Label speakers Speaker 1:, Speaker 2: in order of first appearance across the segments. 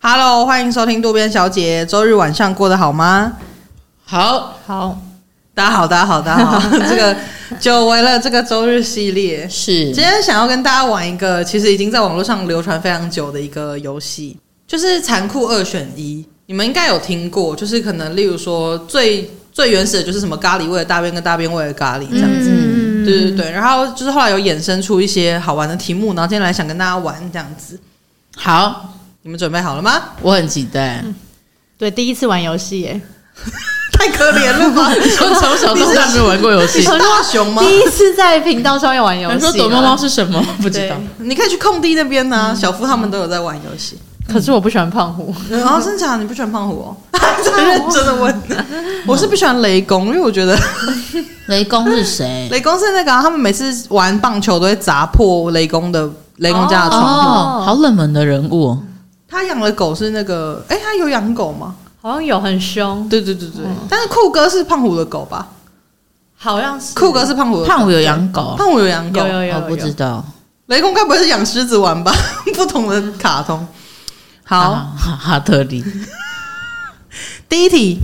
Speaker 1: Hello，欢迎收听渡边小姐。周日晚上过得好吗？好，
Speaker 2: 好，
Speaker 1: 大家好，大家好，大家好。这个久违了，这个周日系列。
Speaker 2: 是
Speaker 1: 今天想要跟大家玩一个，其实已经在网络上流传非常久的一个游戏，就是残酷二选一。你们应该有听过，就是可能例如说最最原始的就是什么咖喱味的大便跟大便味的咖喱这样子。
Speaker 2: 嗯
Speaker 1: 对对对，然后就是后来有衍生出一些好玩的题目，然后今天来想跟大家玩这样子。
Speaker 2: 好，
Speaker 1: 你们准备好了吗？
Speaker 2: 我很期待。
Speaker 3: 对，第一次玩游戏耶，
Speaker 1: 太可怜了吧！
Speaker 2: 你说从小到 大没有玩过游
Speaker 1: 你
Speaker 2: 戏啊
Speaker 1: 是，大熊吗？
Speaker 3: 第一次在频道上面玩游戏。
Speaker 2: 你说躲猫猫，是什么？不知道。嗯
Speaker 1: 你可以去空地那边呢、啊小夫他们都有在玩游戏。
Speaker 3: 可是我不喜欢胖虎。
Speaker 1: 然后真假的你不喜欢胖虎 哦？真认嗯真的问，我是不喜欢雷公，因为我觉得
Speaker 2: 雷公是谁？
Speaker 1: 雷公是那个啊、他们每次玩棒球都会砸破雷公的雷公家的
Speaker 3: 雷
Speaker 1: 窗户。
Speaker 2: 哦，好冷门的人物哦。
Speaker 1: 他养的狗是那个，哎、他有养狗吗？
Speaker 3: 好像有很凶，
Speaker 1: 对对对对，但是酷哥是胖虎的狗吧？
Speaker 3: 好像是
Speaker 1: 酷哥是胖虎的狗，
Speaker 2: 胖虎有养狗，
Speaker 1: 胖虎有养狗，
Speaker 3: 有有有
Speaker 2: 我
Speaker 3: 有
Speaker 2: 不知道。
Speaker 1: 雷公该不会是养狮子玩吧？ 不同的卡通。好，
Speaker 2: 啊哈哈特利，
Speaker 1: 第一题，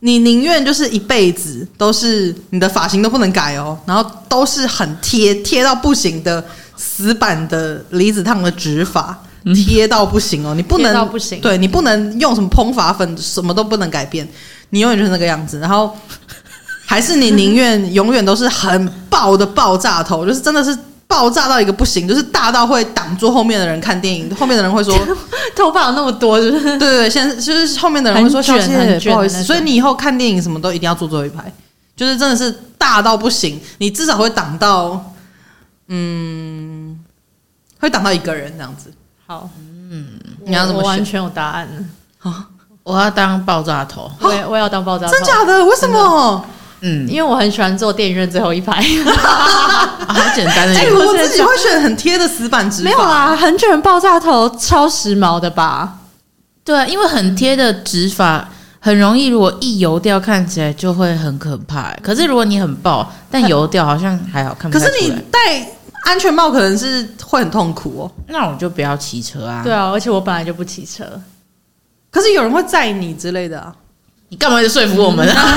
Speaker 1: 你宁愿就是一辈子都是你的发型都不能改哦，然后都是很贴贴到不行的死板的离子烫的直发，贴到不行哦，你不能
Speaker 3: 嗯贴到不行
Speaker 1: 对你不能用什么蓬发粉，什么都不能改变，你永远就是那个样子，然后。还是你宁愿永远都是很爆的爆炸头，就是真的是爆炸到一个不行，就是大到会挡住后面的人看电影，后面的人会说
Speaker 3: 头发有那么多，就是
Speaker 1: 对对对，现在就是后面的人会说
Speaker 3: 很卷
Speaker 1: 小
Speaker 3: 很
Speaker 1: 姐
Speaker 3: 卷
Speaker 1: 不好意
Speaker 3: 的
Speaker 1: 思，
Speaker 3: 那种
Speaker 1: 所以你以后看电影什么都一定要坐最后一排，就是真的是大到不行，你至少会挡到，嗯，会挡到一个人这样子。
Speaker 3: 好。
Speaker 1: 你要怎么
Speaker 3: 嗯我完
Speaker 1: 选？
Speaker 3: 全有答案了，
Speaker 2: 我要当爆炸头。
Speaker 3: 我也我也要当爆炸头，
Speaker 1: 真假的？为什么？
Speaker 2: 嗯，
Speaker 3: 因为我很喜欢坐电影院最后一排。
Speaker 2: 啊好简单的
Speaker 1: 哎、
Speaker 2: 人物。
Speaker 1: 我自己会选很贴的死板直发，
Speaker 3: 没有啊啦，很卷爆炸头超时髦的吧？
Speaker 2: 对啊，因为很贴的指法。很容易，如果一油掉，看起来就会很可怕。可是如果你很爆，但油掉好像还好看不
Speaker 1: 可
Speaker 2: 太
Speaker 1: 是
Speaker 2: 出
Speaker 1: 你
Speaker 2: 来。
Speaker 1: 戴安全帽可能是会很痛苦哦。
Speaker 2: 那我就不要骑车啊！
Speaker 3: 对啊，而且我本来就不骑车，
Speaker 1: 可是有人会载你之类的啊，
Speaker 2: 你干嘛要说服我们啊？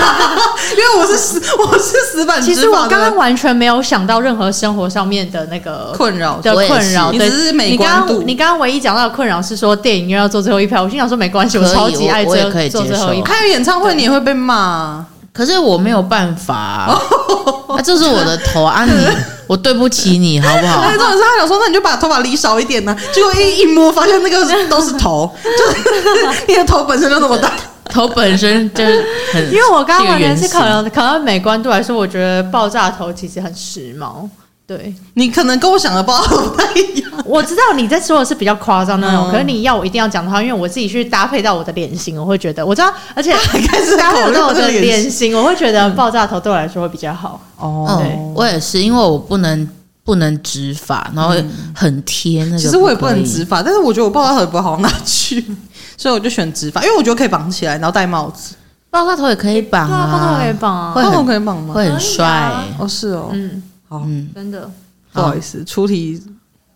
Speaker 1: 因为我是死我是死板
Speaker 3: 其实
Speaker 1: 直
Speaker 3: 我
Speaker 1: 发
Speaker 3: 刚刚
Speaker 1: 的
Speaker 3: 完全没有想到任何生活上面的那个
Speaker 1: 困扰。
Speaker 3: 的
Speaker 2: 哦我也
Speaker 3: 困扰，
Speaker 1: 是
Speaker 3: 对
Speaker 1: 你只是美
Speaker 3: 你
Speaker 1: 观
Speaker 3: 刚
Speaker 1: 度
Speaker 3: 刚你刚刚唯一讲到的困扰是说电影院要坐最后一排，我心想说没关系，我
Speaker 2: 可以
Speaker 3: 超级爱
Speaker 2: 我我
Speaker 3: 坐
Speaker 2: 也可以
Speaker 3: 坐
Speaker 2: 接
Speaker 3: 最后一
Speaker 2: 受
Speaker 3: 排。
Speaker 1: 开演唱会你也会被骂、啊。
Speaker 2: 可是我没有办法、
Speaker 3: 哦
Speaker 2: 啊，那、这是我的头啊 你！我对不起你好不好
Speaker 1: 那？重点是他想说，那你就把头发理少一点呢、结果一一摸，发现那个都是头，就是 你的头本身就那么大。
Speaker 2: 头本身就是很，
Speaker 3: 因为我刚刚完全是
Speaker 2: 这个
Speaker 3: 可
Speaker 2: 原型
Speaker 3: 能可能美观度来说，我觉得爆炸头其实很时髦。对，
Speaker 1: 你可能跟我想的不好太一样。
Speaker 3: 我知道你在说的是比较夸张那种，
Speaker 1: 嗯
Speaker 3: 可是你要我一定要讲的话，因为我自己去搭配到我的脸型，我会觉得我知道，而且
Speaker 1: 开始
Speaker 3: 搭
Speaker 1: 考
Speaker 3: 配
Speaker 1: 虑
Speaker 3: 到我
Speaker 1: 这
Speaker 3: 的
Speaker 1: 个脸
Speaker 3: 脸型，我会觉得爆炸头对我来说会比较好。
Speaker 2: 哦，我也是，因为我不能不能直发，然后
Speaker 3: 嗯
Speaker 2: 很贴那个。
Speaker 1: 其实我也不
Speaker 2: 可
Speaker 1: 能
Speaker 2: 以
Speaker 1: 直，发，但是我觉得我爆炸头也不会好到哪去，所以我就选直发，因为我觉得可以绑起来，然后戴帽子。
Speaker 2: 爆炸头也可以绑
Speaker 3: 对啊，爆炸头可以
Speaker 2: 啊，
Speaker 3: 绑啊，
Speaker 2: 会
Speaker 1: 那
Speaker 2: 很
Speaker 1: 我可以绑吗？
Speaker 2: 会很
Speaker 3: 可以啊
Speaker 2: 帅。
Speaker 1: 哦，是哦，
Speaker 3: 嗯，
Speaker 1: 好，
Speaker 2: 嗯，
Speaker 3: 真的。
Speaker 1: 不好意思，出题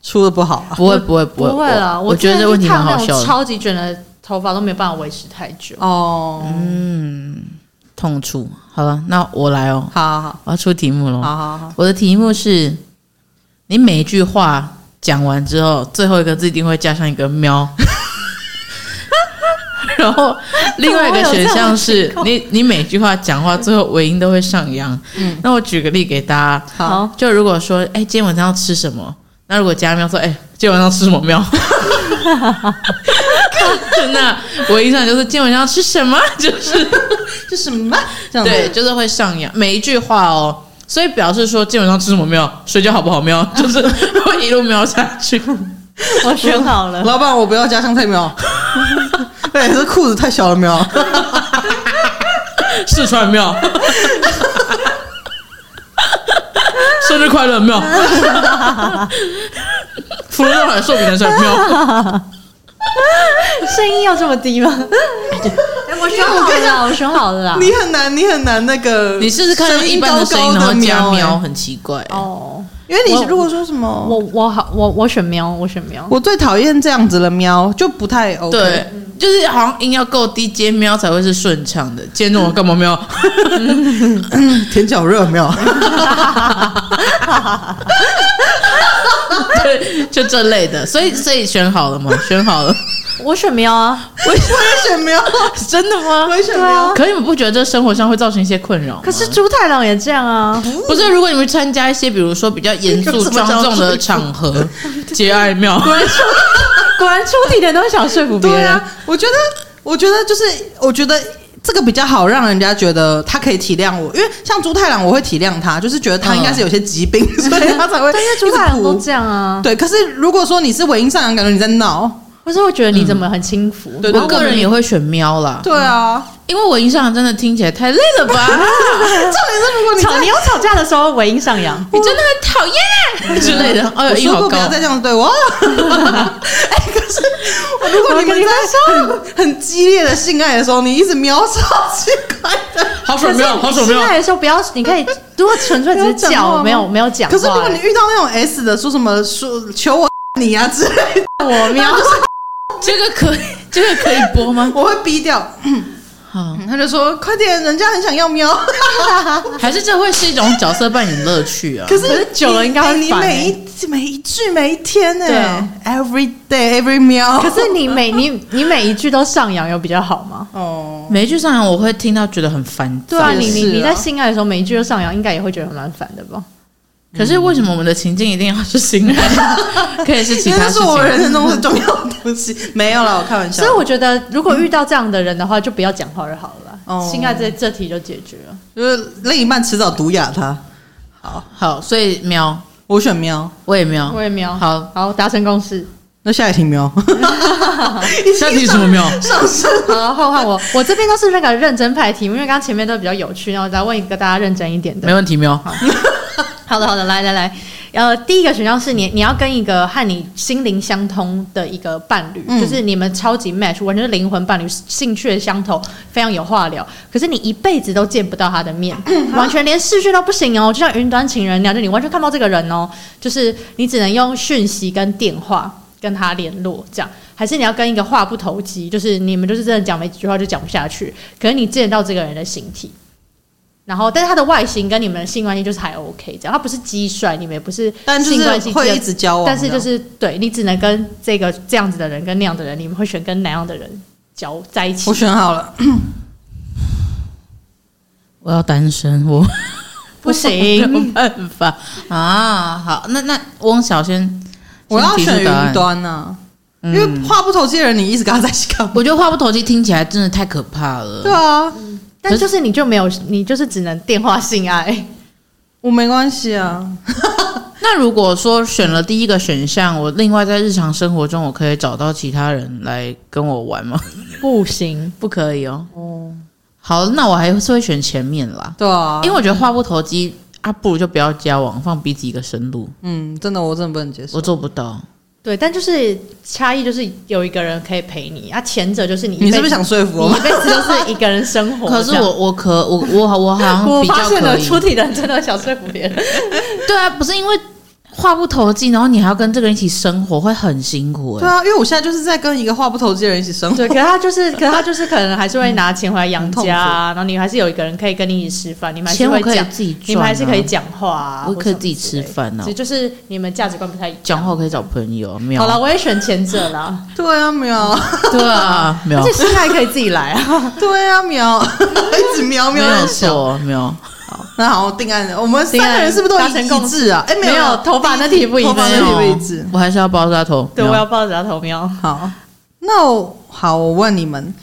Speaker 1: 出的不好啊。
Speaker 2: 不会不会不
Speaker 3: 哦不
Speaker 2: 会，
Speaker 3: 会啦，
Speaker 2: 我觉
Speaker 3: 之
Speaker 2: 得
Speaker 3: 前
Speaker 2: 这问题
Speaker 3: 去烫
Speaker 2: 蛮好
Speaker 3: 那种
Speaker 2: 笑的，
Speaker 3: 超级卷的头发都没办法维持太久。
Speaker 1: 哦，
Speaker 2: 嗯痛处。好了，那我来哦，
Speaker 1: 好好
Speaker 2: 我要出题目喽。
Speaker 1: 好好好，
Speaker 2: 我的题目是：你每一句话讲完之后，最后一个字一定会加上一个喵。 然后另外一个选项是
Speaker 3: 怎么会
Speaker 2: 你你每句话讲话最后尾音都会上扬。嗯，那我举个例给大家，
Speaker 1: 好，
Speaker 2: 就如果说哎、今天晚上要吃什么，那如果加喵说哎、今天晚上吃什么 喵， 真的尾音上就是今天晚上要吃什么， 就是
Speaker 1: 这什么？这样子
Speaker 2: 对，就是会上扬每一句话哦，所以表示说基本上吃什么喵，睡觉好不好 喵，就是会一路喵下去。
Speaker 3: 我选好了，
Speaker 1: 老板，我不要加香菜苗。 对，这裤子太小了苗。
Speaker 2: 四川喵，生日快乐喵，福禄寿喜寿比南山喵。
Speaker 3: 声音要这么低吗？哎我选好了啦，我选好了啦。
Speaker 1: 你很难，你很难那个，
Speaker 2: 啊你试试看用
Speaker 1: 声
Speaker 2: 一
Speaker 1: 音
Speaker 2: 般
Speaker 1: 高
Speaker 2: 的声音，
Speaker 1: 高
Speaker 2: 然后
Speaker 1: 的
Speaker 2: 加
Speaker 1: 喵，
Speaker 2: 喵，
Speaker 1: 欸
Speaker 2: 很奇怪。
Speaker 3: 哦，
Speaker 1: 因为你
Speaker 3: 我
Speaker 1: 如果说什么，
Speaker 3: 我我好，我我选喵，我选喵。
Speaker 1: 我最讨厌这样子的喵，就不太 OK。
Speaker 2: 对，就是好像音要够低，接喵才会是顺畅的。接那种干嘛 喵？
Speaker 1: 舔脚热 喵，
Speaker 2: 对，就这类的。所以，所以选好了吗？选好了，
Speaker 3: 我选喵啊，
Speaker 1: 我也选喵，
Speaker 2: 真的吗
Speaker 1: 我？也选
Speaker 3: 对啊
Speaker 1: 喵。
Speaker 2: 可你们不觉得这生活上会造成一些困扰吗？
Speaker 3: 可是猪太郎也这样啊。
Speaker 2: 不是，如果你们参加一些比如说比较严肃庄重的场合，节哀妙，
Speaker 3: 果然出题的人都会想说服别
Speaker 1: 对
Speaker 3: 人。
Speaker 1: 啊，我觉得，我觉得就是，我觉得这个比较好，让人家觉得他可以体谅我，因为像朱太郎，我会体谅他，就是觉得他应该是有些疾病，
Speaker 2: 嗯
Speaker 1: 所以他才 会
Speaker 3: 但是
Speaker 1: 一
Speaker 3: 猪
Speaker 1: 直
Speaker 3: 太郎都
Speaker 1: 哭。
Speaker 3: 这样啊。
Speaker 1: 对，可是如果说你是尾音上扬，感觉你在闹，
Speaker 3: 可是我觉得你怎么很轻浮？
Speaker 1: 对
Speaker 2: 我个人也会选喵啦，
Speaker 1: 对啊。
Speaker 2: 因为我印象真的听起来太累了吧，嗯
Speaker 1: 重点是，如果你
Speaker 3: 吵
Speaker 1: 在
Speaker 3: 你又吵架的时候尾音上扬，
Speaker 2: 你真的很讨厌之 类的。哎
Speaker 1: 我
Speaker 2: 呦，音
Speaker 1: 说
Speaker 2: 好
Speaker 1: 过不要
Speaker 2: 高
Speaker 1: 再，这样子对我。 哎，可是我如果你们在很很激烈的性爱的时候，你一直喵，超奇怪的。
Speaker 2: 好
Speaker 3: 可
Speaker 2: 爽
Speaker 3: 是
Speaker 2: 喵，好爽
Speaker 3: 你
Speaker 2: 喵
Speaker 3: 现。在的时候不要，你可以如果纯粹只是
Speaker 1: 没有讲话
Speaker 3: 叫，
Speaker 1: 吗
Speaker 3: 没有没有讲话。欸
Speaker 1: 可是如果你遇到那种 S 的，说什么说求我你啊之类的，
Speaker 3: 我喵，
Speaker 2: 这个可以，这个可以播吗？
Speaker 1: 我会逼掉。嗯
Speaker 2: 好，
Speaker 1: 他就说：“快点，人家很想要喵。
Speaker 2: 还是这会是一种角色扮演乐趣啊”？
Speaker 1: 可是
Speaker 3: 可是久了应该会
Speaker 1: 你你
Speaker 3: 烦欸
Speaker 1: 每一每一句每一天呢、
Speaker 3: 对啊
Speaker 1: e v e r y day every 喵。
Speaker 3: 可是你每你你每一句都上扬有比较好吗？
Speaker 1: 哦，
Speaker 2: 每一句上来我会听到觉得很烦躁。嗯
Speaker 3: 对啊，
Speaker 1: 也
Speaker 3: 你你
Speaker 1: 是啊
Speaker 3: 你在性爱的时候每一句都上扬，应该也会觉得蛮烦的吧？
Speaker 2: 可是为什么我们的情境一定要是性爱？可以是其
Speaker 1: 因为
Speaker 2: 他
Speaker 1: 这
Speaker 2: 事
Speaker 1: 是
Speaker 2: 情
Speaker 1: 我
Speaker 2: 吗。
Speaker 1: 人生中的重要的东 西。没有啦，我开玩笑
Speaker 3: 所以。我觉得，如果遇到这样的人的话，就不要讲话就好了啦。
Speaker 1: 哦
Speaker 3: 性爱这这题就解决了。
Speaker 1: 就是另一半迟早毒哑他。
Speaker 2: 好，所以喵，
Speaker 1: 我选喵，
Speaker 2: 我也喵，
Speaker 3: 我也喵，
Speaker 2: 好
Speaker 3: 好达成共识。
Speaker 1: 那下一题 喵。
Speaker 2: 下题什么喵？
Speaker 1: 上升。
Speaker 3: 好，换换我， 我这边都是那个认真派题目，因为刚刚前面都比较有趣，然后我再问一个大家认真一点的
Speaker 2: 没。问题喵。
Speaker 3: 好的，好的，来来来，呃，第一个选项是你你要跟一个和你心灵相通的一个伴侣，
Speaker 1: 嗯
Speaker 3: 就是你们超级 match，完全是灵魂伴侣，兴趣相投，非常有话聊。可是你一辈子都见不到他的面，完全连视讯都不行哦，就像云端情人那样，就你完全看不到这个人哦，就是你只能用讯息跟电话。跟他联络，这样还是你要跟一个话不投机，就是你们就是真的讲没几句话就讲不下去，可是你见到这个人的形体，然后，但是他的外形跟你们的性关系就是还 OK，这样他不是肌帅，你们也不是
Speaker 1: 但就
Speaker 3: 性关系
Speaker 1: 是会一
Speaker 3: 这样，
Speaker 1: 直交往，
Speaker 3: 但是就是对你只能跟这个这样子的人跟那样的人，你们会选跟哪样的人交在一起
Speaker 1: 我？选好了，
Speaker 2: 我要单身，我
Speaker 3: 不
Speaker 2: 没有
Speaker 3: 行，
Speaker 2: 办法啊。好，那那翁小先，
Speaker 1: 我要
Speaker 2: 先提出
Speaker 1: 选云
Speaker 2: 答案。
Speaker 1: 端呢、啊因
Speaker 3: 嗯
Speaker 1: 为话不投机的人，你一直跟他在一起干嘛？
Speaker 2: 我觉得话不投机听起来真的太可怕了。
Speaker 1: 对啊，
Speaker 3: 但就是你就没有，你就是只能电话性爱，
Speaker 1: 我没关系啊，
Speaker 2: 那如果说选了第一个选项，我另外在日常生活中我可以找到其他人来跟我玩 吗？
Speaker 3: 不行
Speaker 2: 不可以哦。
Speaker 3: 哦。
Speaker 2: 好，那我还是会选前面啦，
Speaker 1: 对啊，
Speaker 2: 因为我觉得话不投机啊，不如就不要交往，放彼此一个生路。
Speaker 1: 嗯，真的我真的不能接受。
Speaker 2: 我做不到，
Speaker 3: 对，但就是差异就是有一个人可以陪你啊，前者就是你一
Speaker 1: 你是
Speaker 3: 辈子，
Speaker 1: 不是想说服我
Speaker 3: 你？一辈子都是一个人生活？
Speaker 2: 可是
Speaker 3: 这样
Speaker 2: 我。我可我我我好像
Speaker 3: 我
Speaker 2: 比
Speaker 3: 发
Speaker 2: 较
Speaker 3: 现了，
Speaker 2: 可
Speaker 3: 出
Speaker 2: 以。
Speaker 3: 题的人真的想说服别人。
Speaker 2: 对啊，不是因为话不投机，然后你还要跟这个人一起生活，会很辛苦哎、
Speaker 1: 对啊，因为我现在就是在跟一个话不投机的人一起生活。
Speaker 3: 对，可是他就是，可是他就是可能还是会拿钱回来养
Speaker 1: 很痛苦
Speaker 3: 家、啊，然后你还是有一个人可以跟你一起吃饭，你们还是
Speaker 2: 钱我
Speaker 3: 会
Speaker 2: 可以
Speaker 3: 讲，
Speaker 2: 自己
Speaker 3: 你
Speaker 2: 赚、
Speaker 3: 们
Speaker 2: 啊，
Speaker 3: 还是可以讲话啊，
Speaker 2: 我
Speaker 3: 或
Speaker 2: 可以
Speaker 3: 什么
Speaker 2: 自己
Speaker 3: 之类
Speaker 2: 吃饭呢、
Speaker 3: 只就是你们价值观不太一样。
Speaker 2: 讲话可以找朋友，没有
Speaker 3: 好了，我也选前者啦，
Speaker 1: 对啊，喵，
Speaker 2: 对啊， 没有
Speaker 3: 而且性爱可以自己来啊。
Speaker 1: 对啊， 喵，一直喵
Speaker 2: 没
Speaker 1: 喵
Speaker 2: 有
Speaker 1: 在笑。
Speaker 2: 错，没有
Speaker 1: 那好，定案了。我们三
Speaker 3: 定案
Speaker 1: 个人是不是都
Speaker 3: 达成
Speaker 1: 一
Speaker 3: 共
Speaker 1: 一致啊？哎，
Speaker 3: 没有
Speaker 1: 有，
Speaker 3: 头发那题不一
Speaker 1: 头发
Speaker 3: 没
Speaker 1: 那
Speaker 3: 有
Speaker 1: 题不一致。
Speaker 2: 我还是要爆炸头。
Speaker 3: 对，
Speaker 2: 没
Speaker 3: 我
Speaker 2: 有
Speaker 3: 要抱着他投喵。
Speaker 1: 好，那我好，我问你们，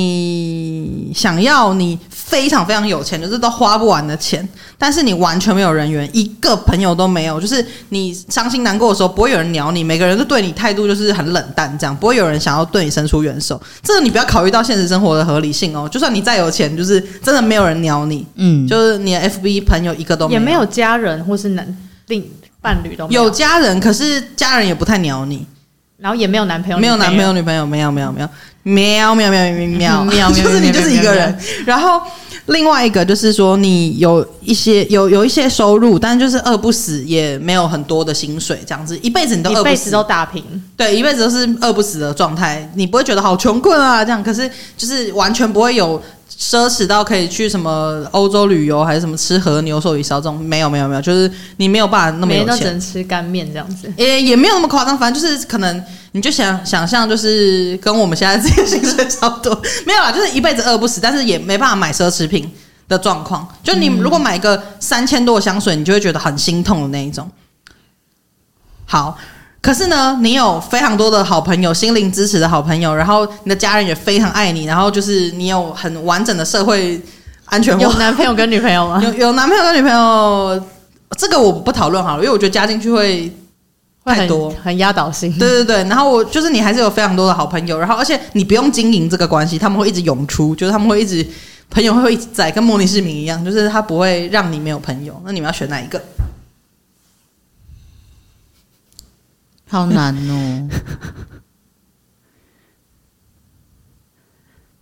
Speaker 1: 你想要你非常非常有钱，就是都花不完的钱，但是你完全没有人缘，一个朋友都没有，就是你伤心难过的时候不会有人鸟你，每个人都对你态度就是很冷淡，这样不会有人想要对你伸出援手。这个你不要考虑到现实生活的合理性哦，就算你再有钱，就是真的没有人鸟你，
Speaker 2: 嗯，
Speaker 1: 就是你的 FB 朋友一个都
Speaker 3: 也没
Speaker 1: 有
Speaker 3: 有家人或是男另伴侣都没
Speaker 1: 有家人，可是家人也不太鸟你。
Speaker 3: 然后也没有男朋友，
Speaker 1: 没有男朋
Speaker 3: 女
Speaker 1: 友、女朋友，没有没有没有，喵喵喵喵喵
Speaker 2: 喵 喵
Speaker 1: 就是你就是一个人。然后另外一个就是说，你有一些有有一些收入，但就是饿不死，也没有很多的薪水，这样子一辈子你都
Speaker 3: 朋
Speaker 1: 饿
Speaker 3: 友，一
Speaker 1: 不
Speaker 3: 辈子
Speaker 1: 死，
Speaker 3: 都打平。
Speaker 1: 对，一辈子都是饿不死的状态，你不会觉得好穷困啊这样，可是就是完全不会有奢侈到可以去什么欧洲旅游还是什么吃和牛寿喜烧这种，没有没有没有，就是你没有办法那么
Speaker 3: 每
Speaker 1: 有
Speaker 3: 天都
Speaker 1: 钱
Speaker 3: 只。能吃干面这样 子。
Speaker 1: 也也没有那么夸张，反正就是可能你就想想象，就是跟我们现在这个薪水差不多， 没有啦，就是一辈子饿不死，但是也没办法买奢侈品的状况。就你
Speaker 3: 嗯
Speaker 1: 如果买个三千多的香水，你就会觉得很心痛的那一种。好，可是呢，你有非常多的好朋友，心灵支持的好朋友，然后你的家人也非常爱你，然后就是你有很完整的社会安全网，
Speaker 3: 有男朋友跟女朋 友吗？
Speaker 1: 有有男朋友跟女朋友，这个我不讨论好了，因为我觉得加进去会
Speaker 3: 会很
Speaker 1: 太多
Speaker 3: 很压倒性。
Speaker 1: 对对对，然后我就是你还是有非常多的好朋友，然后而且你不用经营这个关系，他们会一直涌出，就是他们会一直朋友会一直在，跟莫尼市民一样，就是他不会让你没有朋友。那你们要选哪一个？
Speaker 2: 好难哦。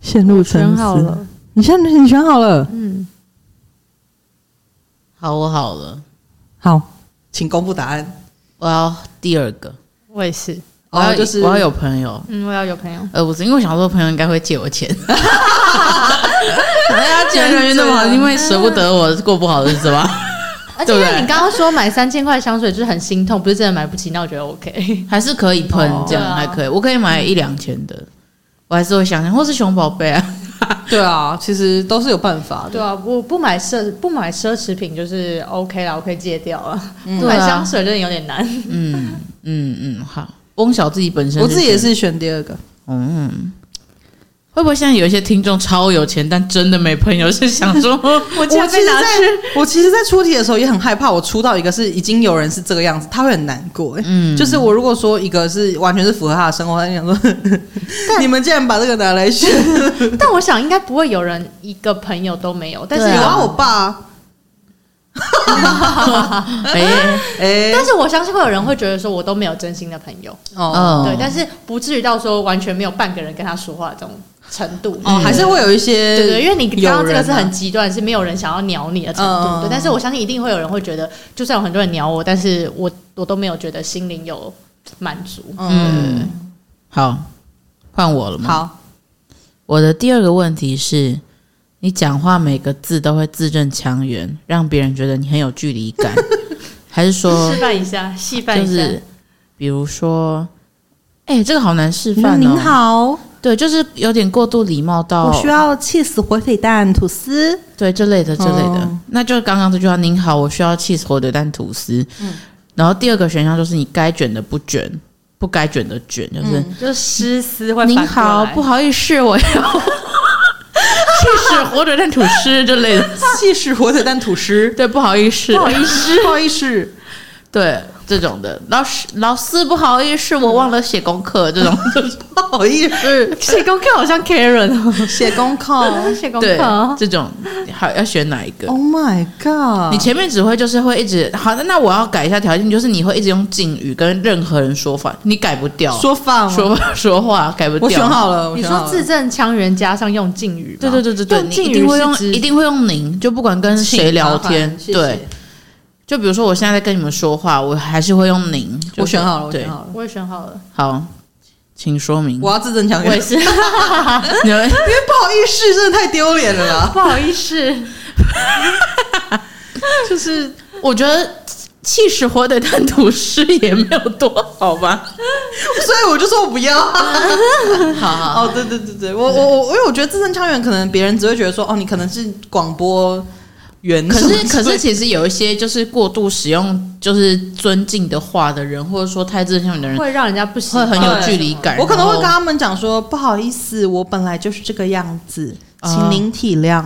Speaker 1: 陷
Speaker 3: 我选好了，
Speaker 1: 你现在你选好了，
Speaker 3: 嗯，
Speaker 2: 好，我好了，
Speaker 1: 好，请公布答案。
Speaker 2: 我要第二个，
Speaker 3: 我也是，
Speaker 2: 我要、
Speaker 1: 哦，就是
Speaker 2: 我要有朋友。
Speaker 3: 嗯，我要有朋友。
Speaker 2: 呃，不是，因为我想说朋友应该会借我钱，
Speaker 1: 哎呀，
Speaker 2: 既然人缘那 么好，因为舍不得我过不好的日子吧？
Speaker 3: 而且因
Speaker 2: 对不
Speaker 3: 为
Speaker 2: 对
Speaker 3: 你刚刚说买三千块香水就是很心痛，不是真的买不起，那我觉得 OK。
Speaker 2: 还是可以喷
Speaker 1: 哦，
Speaker 2: 这
Speaker 3: 对
Speaker 2: 样
Speaker 3: 啊
Speaker 2: 还可以，我可以买一两千的，我还是会想想，或是熊宝贝啊，
Speaker 1: 对啊，其实都是有办法
Speaker 3: 对
Speaker 1: 的。
Speaker 3: 啊，我不买奢不买奢侈品就是 OK 啦，我可以戒掉了。不
Speaker 2: 对
Speaker 3: 买
Speaker 2: 啊
Speaker 3: 香水真的有点 难。
Speaker 2: 嗯嗯嗯，好。翁小自己本身，
Speaker 1: 我自己也，是选第二个，
Speaker 2: 嗯。会不会现在有一些听众超有钱，但真的没朋友，是想说我
Speaker 1: 我
Speaker 2: 家
Speaker 1: 其
Speaker 2: 被
Speaker 1: 实
Speaker 2: 拿
Speaker 1: 在
Speaker 2: 去？
Speaker 1: 我其实，在出题的时候也很害怕，我出到一个是已经有人是这个样子，他会很难过、欸。
Speaker 2: 嗯
Speaker 1: 就是我如果说一个是完全是符合他的生活，他就想说， 你们竟然把这个拿来选，
Speaker 3: 但我想应该不会有人一个朋友都没有，但是
Speaker 2: 对
Speaker 1: 有
Speaker 2: 啊
Speaker 1: 啊，我爸，
Speaker 2: 哎，
Speaker 1: 哎、
Speaker 3: 但是嗯我相信会有人会觉得说我都没有真心的朋友，
Speaker 1: 哦。
Speaker 3: 对，但是不至于到说完全没有半个人跟他说话这种程度。
Speaker 1: 哦，还是会有一些
Speaker 3: 嗯对对，因为你刚刚这个是
Speaker 1: 有人
Speaker 3: 很
Speaker 1: 啊
Speaker 3: 极端，是没有人想要鸟你的程
Speaker 1: 嗯
Speaker 3: 度。对，但是我相信一定会有人会觉得，就算有很多人鸟我，但是我我都没有觉得心灵有满足。
Speaker 1: 嗯，
Speaker 2: 嗯，好，换我了吗？
Speaker 1: 好，
Speaker 2: 我的第二个问题是，你讲话每个字都会字正腔圆，让别人觉得你很有距离感，还是说
Speaker 3: 示范一下，示范
Speaker 2: 就
Speaker 3: 一下。
Speaker 2: 是比如说，哎、这个好难示范哦。
Speaker 1: 您，好，
Speaker 2: 对，就是有点过度礼貌到
Speaker 1: 我需要 cheese 火腿蛋吐 司，
Speaker 2: 对这类的这类的，
Speaker 1: 哦
Speaker 2: 那就是刚刚这句话，您好，我需要 cheese 火腿蛋吐司。然后第二个选项就是你该卷的不卷，不该卷的卷，就是、
Speaker 3: 就是诗思嗯会
Speaker 2: 您好，不
Speaker 3: 好
Speaker 2: 好意思，我要 cheese 火腿蛋吐司这类 的。
Speaker 1: 气势火腿蛋吐司，
Speaker 2: 对，不好意思，
Speaker 1: 意思，不好意思，
Speaker 2: 对这种的，老师老师不好意思，我忘了写功课，这种
Speaker 1: 不好意思，
Speaker 3: 写功课好像 Karen 哦，
Speaker 1: 写功课
Speaker 3: 写功
Speaker 2: 对
Speaker 3: 课哦
Speaker 2: 这种好要选哪一个？
Speaker 1: ，Oh my god，
Speaker 2: 你前面只会就是会一直好，那那我要改一下条件，就是你会一直用敬语跟任何人说法，你改不掉，
Speaker 1: 说放啊吗，
Speaker 2: 说 说话改不掉。
Speaker 1: 我选好了，我
Speaker 3: 你
Speaker 1: 选好
Speaker 3: 说
Speaker 1: 了
Speaker 3: 字正腔圆加上用敬语吗，
Speaker 2: 对对对对对，
Speaker 3: 用
Speaker 2: 你
Speaker 3: 敬
Speaker 2: 一
Speaker 3: 语
Speaker 2: 定会
Speaker 3: 是
Speaker 2: 用，
Speaker 3: 指
Speaker 2: 一定会用您，就不管跟谁聊
Speaker 1: 请麻
Speaker 2: 天
Speaker 1: 烦，谢谢
Speaker 2: 对。就比如说，我现在在跟你们说话，我还是会用您。就是
Speaker 1: 我选好了，我
Speaker 2: 对
Speaker 1: 选，好了，
Speaker 3: 我也选好了，
Speaker 2: 好，请说明。
Speaker 1: 我要字正腔 圆，因为
Speaker 2: 是，你们
Speaker 1: 不好意思，真的太丢脸了 啦。
Speaker 3: 不好意思，
Speaker 2: 就是 我觉得气死火腿蛋 吐司也没有多好吧？
Speaker 1: 所以我就说我不要。
Speaker 2: 好 好，
Speaker 1: 哦，对对对对，我我我，因为我觉得字正腔圆，可能别人只会觉得说，哦，你可能是广播员。
Speaker 2: 可是可是，其实有一些就是过度使用就是尊敬的话的人，或者说太自信的人，
Speaker 3: 会让人家不喜
Speaker 2: 会
Speaker 3: 欢，
Speaker 2: 很有距离感。
Speaker 1: 我可能会跟
Speaker 2: 然后
Speaker 1: 他们讲说，不好意思，我本来就是这个样子，
Speaker 2: 哦
Speaker 1: 请您体谅。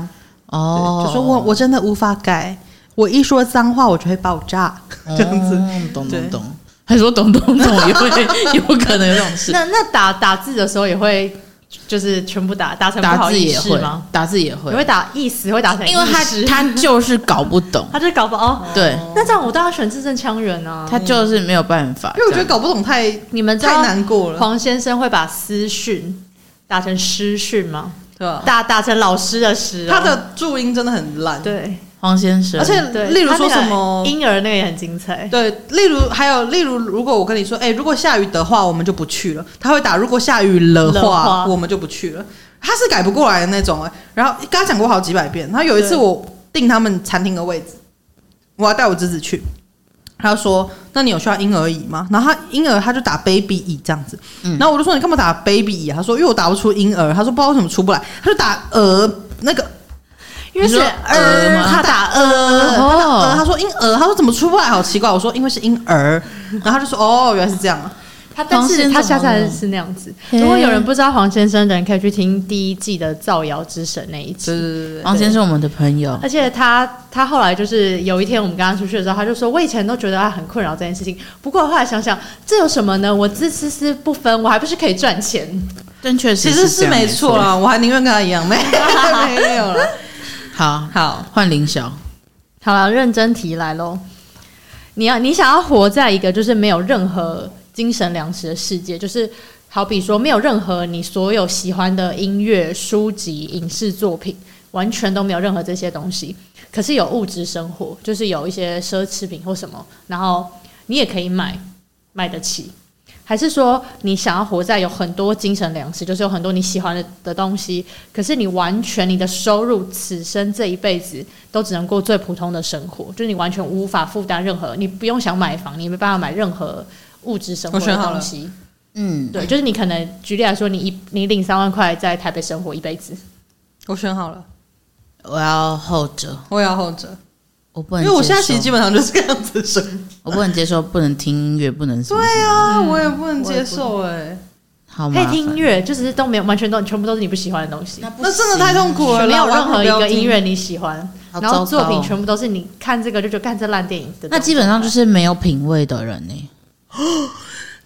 Speaker 2: 哦
Speaker 1: 对，就说我我真的无法改，我一说脏话我就会爆炸，这样子。
Speaker 2: 子，哦懂
Speaker 1: 对
Speaker 2: 懂懂。 还说懂懂懂，也会有可能有这种事。
Speaker 3: 那那打打字的时候也会就是全部打打成不
Speaker 2: 打
Speaker 3: 好
Speaker 2: 字
Speaker 3: 意
Speaker 2: 也
Speaker 3: 思
Speaker 2: 会
Speaker 3: 吗？，
Speaker 2: 打字也会
Speaker 3: 你，会打意思，会打成
Speaker 2: 因为他
Speaker 3: 意思
Speaker 2: 他就是搞不懂，
Speaker 3: 他就是搞不哦。
Speaker 2: 对
Speaker 3: 那这样我当然选字正腔圆啊。
Speaker 2: 他就是没有办法
Speaker 1: 因为我觉得
Speaker 2: 这
Speaker 1: 搞
Speaker 2: 样。
Speaker 1: 不懂太
Speaker 3: 你们知
Speaker 1: 太
Speaker 3: 道
Speaker 1: 难过了，
Speaker 3: 黄先生会把私讯打成诗讯吗？
Speaker 1: 对吧？
Speaker 3: 打打成老师的诗哦、
Speaker 1: 他的注音真的很烂，
Speaker 3: 对
Speaker 2: 黄先生，
Speaker 1: 而且
Speaker 3: 对，
Speaker 1: 例如说
Speaker 3: 他那个
Speaker 1: 什么
Speaker 3: 婴儿那个也很精彩，
Speaker 1: 对，例如还有例如，如果我跟你说，哎、如果下雨的话，我们就不去了。他会打如果下雨了
Speaker 3: 了
Speaker 1: 话，
Speaker 3: 话
Speaker 1: 我们就不去了。他是改不过来的那种哎、然后跟他讲过好几百遍。然后有一次
Speaker 3: 对
Speaker 1: 我订他们餐厅的位置，我要带我侄子去，他就说：“那你有需要婴儿椅吗？”然后他婴儿他就打 baby 椅这样子，
Speaker 3: 嗯
Speaker 1: 然后我就说：“你干嘛打 baby 椅啊？”他说：“因为我打不出婴儿。”他说：“不知道为什么出不来。”他就打呃那个
Speaker 3: 因为
Speaker 2: 你
Speaker 3: 是
Speaker 2: 说
Speaker 3: 儿
Speaker 2: 儿吗
Speaker 3: 他打呃，
Speaker 1: 他打呃，
Speaker 2: 哦，
Speaker 1: 他说婴儿，他说怎么出不来，好奇怪。我说因为是婴儿，然后他就说哦，原来是这样啊。
Speaker 3: 他但
Speaker 2: 黄先
Speaker 3: 是
Speaker 2: 生
Speaker 3: 他下
Speaker 2: 怎么
Speaker 3: 载
Speaker 2: 了
Speaker 3: 是那样子。
Speaker 2: 嘿
Speaker 3: 如果有人不知道黄先生的人，可以去听第一季的《造谣之神》那一集。
Speaker 1: 对
Speaker 2: 黄先生我们的朋友，
Speaker 3: 而且他他后来就是有一天我们跟他出去的时候，他就说：“我以前都觉得啊他很困扰这件事情，不过后来想想，这有什么呢？我自私私不分，我还不是可以赚钱？
Speaker 2: 正确
Speaker 1: 其实是没错啊
Speaker 2: 了。
Speaker 1: 啦，我还宁愿跟他一样，没没有了。
Speaker 2: 好，
Speaker 1: 好，
Speaker 2: 换林晓，
Speaker 3: 好了，认真题来喽。你要你想要活在一个就是没有任何精神粮食的世界，就是好比说没有任何你所有喜欢的音乐、书籍、影视作品，完全都没有任何这些东西。可是有物质生活，就是有一些奢侈品或什么，然后你也可以买，买得起。还是说你想要活在有很多精神粮食，就是有很多你喜欢的的东西，可是你完全你的收入此生这一辈子都只能过最普通的生活，就是你完全无法负担任何，你不用想买房，你没办法买任何物质生活
Speaker 1: 我选
Speaker 3: 的
Speaker 1: 好
Speaker 3: 东
Speaker 1: 了
Speaker 3: 西。
Speaker 2: 嗯，
Speaker 3: 对，就是你可能举例来说，你一你领三万块在台北生活一辈子，
Speaker 1: 我选好了，
Speaker 2: 我要后者，
Speaker 1: 我也要后者，
Speaker 2: 我不
Speaker 1: 因
Speaker 2: 能，
Speaker 1: 为我现在其实基本上就是这样子生活。
Speaker 2: 我不能接受，不能听音乐，不能什么，
Speaker 1: 对啊，我也不能接受哎、
Speaker 2: 好
Speaker 3: 可以
Speaker 2: 麻烦
Speaker 3: 听音乐，就只是都没有完全都全部都是你不喜欢的东西，
Speaker 2: 那不
Speaker 1: 那
Speaker 2: 行啊
Speaker 1: 真的太痛苦了啦，
Speaker 3: 没有
Speaker 1: 我还
Speaker 3: 任
Speaker 1: 不如
Speaker 3: 何
Speaker 1: 不
Speaker 3: 一
Speaker 1: 要
Speaker 3: 个
Speaker 1: 听
Speaker 3: 音乐你喜欢，
Speaker 2: 好
Speaker 3: 然后
Speaker 2: 糟
Speaker 3: 作
Speaker 2: 糕
Speaker 3: 品
Speaker 2: 哦
Speaker 3: 全部都是你看这个就觉得干这烂电影的东西，
Speaker 2: 那基本上就是没有品味的人呢、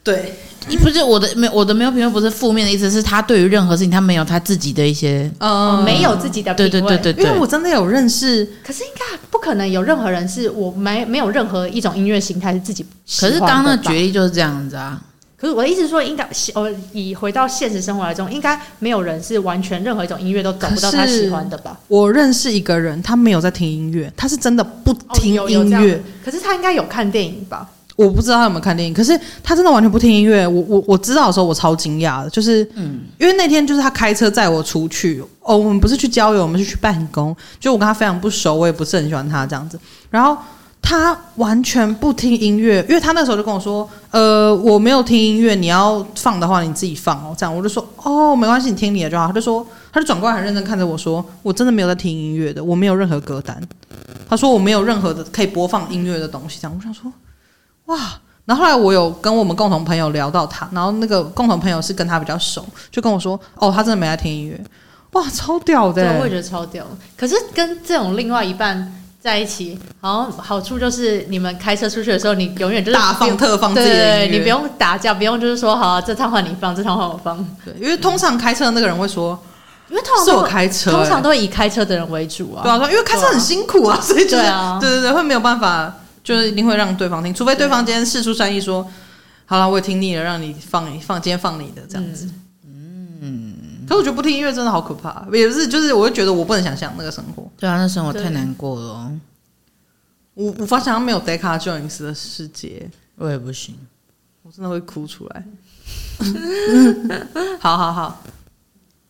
Speaker 1: 对
Speaker 2: 你不是我的没我的没有品味，不是负面的意思，是他对于任何事情他没有他自己的一些，
Speaker 3: 哦
Speaker 1: 嗯
Speaker 3: 没有自己的品
Speaker 2: 对
Speaker 3: 味。
Speaker 2: 对对对
Speaker 1: 因为我
Speaker 2: 对，
Speaker 1: 真的有认识，
Speaker 3: 可是应该不可能有任何人是我没没有任何一种音乐形态是自己喜
Speaker 2: 可
Speaker 3: 欢
Speaker 2: 是
Speaker 3: 的吧。
Speaker 2: 刚刚那个决议就是这样子啊，
Speaker 3: 可是我的意思是说，应该呃，以回到现实生活来中，应该没有人是完全任何一种音乐都找不到他
Speaker 1: 可是
Speaker 3: 喜欢的吧？
Speaker 1: 我认识一个人，他没有在听音乐，他是真的不
Speaker 3: 哦
Speaker 1: 听
Speaker 3: 有有
Speaker 1: 音
Speaker 3: 这样
Speaker 1: 乐。
Speaker 3: 可是他应该有看电影吧？
Speaker 1: 我不知道他有没有看电影，可是他真的完全不听音乐。我我我知道的时候，我超惊讶的，就是
Speaker 2: 嗯，
Speaker 1: 因为那天就是他开车载我出去，哦，我们不是去郊游，我们是去办公，就我跟他非常不熟，我也不是很喜欢他这样子。然后他完全不听音乐，因为他那时候就跟我说，呃，我没有听音乐，你要放的话你自己放哦，这样我就说，哦，没关系，你听你的就好。他就说，他就转过来很认真看着我说，我真的没有在听音乐的，我没有任何歌单。他说我没有任何的可以播放音乐的东西，这样我想说，哇。然后后来我有跟我们共同朋友聊到他，然后那个共同朋友是跟他比较熟，就跟我说，哦，他真的没在听音乐，哇，超屌的、欸
Speaker 3: 我也觉得超屌。可是跟这种另外一半在一起，好像好处就是你们开车出去的时候，你永远就是
Speaker 1: 大放特放自
Speaker 3: 对
Speaker 1: 己
Speaker 3: 对
Speaker 1: 的
Speaker 3: 对，
Speaker 1: 音乐，
Speaker 3: 你不用打架，不用就是说好、这趟换你放，这趟换我放，
Speaker 1: 对，因为通常开车的那个人会说，
Speaker 3: 因为通常
Speaker 1: 是
Speaker 3: 都
Speaker 1: 我开车、
Speaker 3: 通常
Speaker 1: 都
Speaker 3: 都会以开车的人为主
Speaker 1: 对
Speaker 3: 啊。
Speaker 1: 啊，说因为开车很辛苦啊，所以就是
Speaker 3: 对啊
Speaker 1: 对对对，会没有办法，就是一定会让对方听，除非对方今天事出善意说，好了，我也听腻了，让你放你放，今天放你的这样子。嗯，可是我觉得不听音乐真的好可怕，也不是，就是我会觉得我不能想象那个生活，
Speaker 2: 对啊，那生活
Speaker 3: 对
Speaker 2: 太难过了哦，
Speaker 1: 我无法想象没有 Deca Jones 的世界，
Speaker 2: 我也不行。
Speaker 1: 我真的会哭出来。 好好好，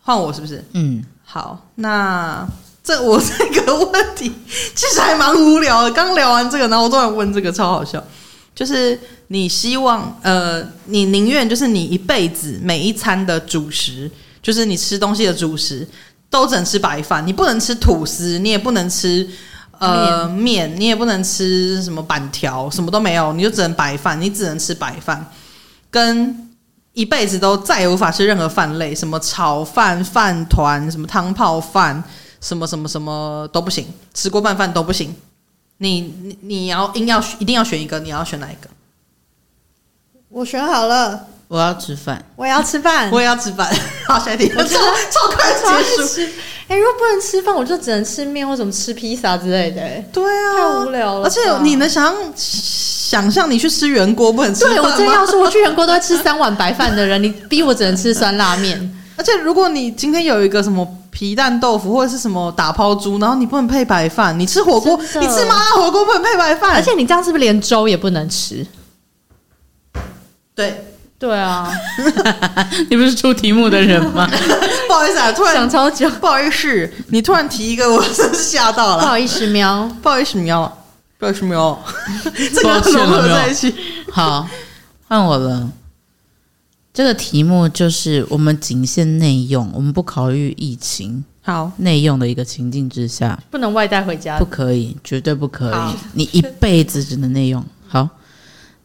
Speaker 1: 换我是不是？
Speaker 2: 嗯，
Speaker 1: 好，那这我 这个问题其实还蛮无聊的。刚聊完这个，然后我突然问这个，超好笑。就是你希望，呃，你宁愿就是你一辈子每一餐的主食，就是你吃东西的主食，都只能吃白饭，你不能吃吐司，你也不能吃呃面，你也不能吃什么板条，什么都没有，你就只能白饭，你只能吃白饭，跟一辈子都再也无法吃任何饭类，什么炒饭、饭团、什么汤泡饭、什么什么什么都不行，吃锅拌饭都不行。你你你要硬要一定要选一个，你要选哪一个？
Speaker 3: 我选好了，
Speaker 2: 我要吃 饭，
Speaker 3: 我也要吃饭，
Speaker 1: 我也要吃饭。 好，下一题，超
Speaker 3: 觉得
Speaker 1: 超快
Speaker 3: 超爱
Speaker 1: 结束。
Speaker 3: 吃。哎、如果不能吃饭，我就只能吃面或什么吃披萨之类的、哎
Speaker 1: 对啊，
Speaker 3: 太无聊了
Speaker 1: 而且
Speaker 3: 吧
Speaker 1: 你能想象想象你去吃圆锅不能吃
Speaker 3: 对我
Speaker 1: 饭
Speaker 3: 真
Speaker 1: 吗
Speaker 3: 要是我去人锅都会吃三碗白饭的人，你逼我只能吃酸辣面，
Speaker 1: 而且如果你今天有一个什么皮蛋豆腐或者是什么打抛猪，然后你不能配白饭，你吃火锅，
Speaker 3: 真的
Speaker 1: 你吃麻辣火锅不能配白饭，
Speaker 3: 而且你这样是不是连粥也不能吃？
Speaker 1: 对，
Speaker 3: 对啊，
Speaker 2: 你不是出题目的人吗？
Speaker 1: 不好意思啊，突
Speaker 3: 想
Speaker 1: 然
Speaker 3: 超久，
Speaker 1: 不好意思，你突然提一个，我真是吓到
Speaker 3: 不
Speaker 1: 了，
Speaker 3: 好意思喵。
Speaker 1: 不好意思喵，不好意思 喵，这
Speaker 2: 抱
Speaker 1: 个
Speaker 2: 歉了
Speaker 1: 融合
Speaker 2: 喵
Speaker 1: 在一起，
Speaker 2: 好，换我了。这个题目就是我们仅限内用，我们不考虑疫情
Speaker 1: 好，
Speaker 2: 内用的一个情境之下，
Speaker 3: 不能外带回家
Speaker 2: 不。可以，绝对不可
Speaker 1: 好
Speaker 2: 以，你一辈子只能内用。好，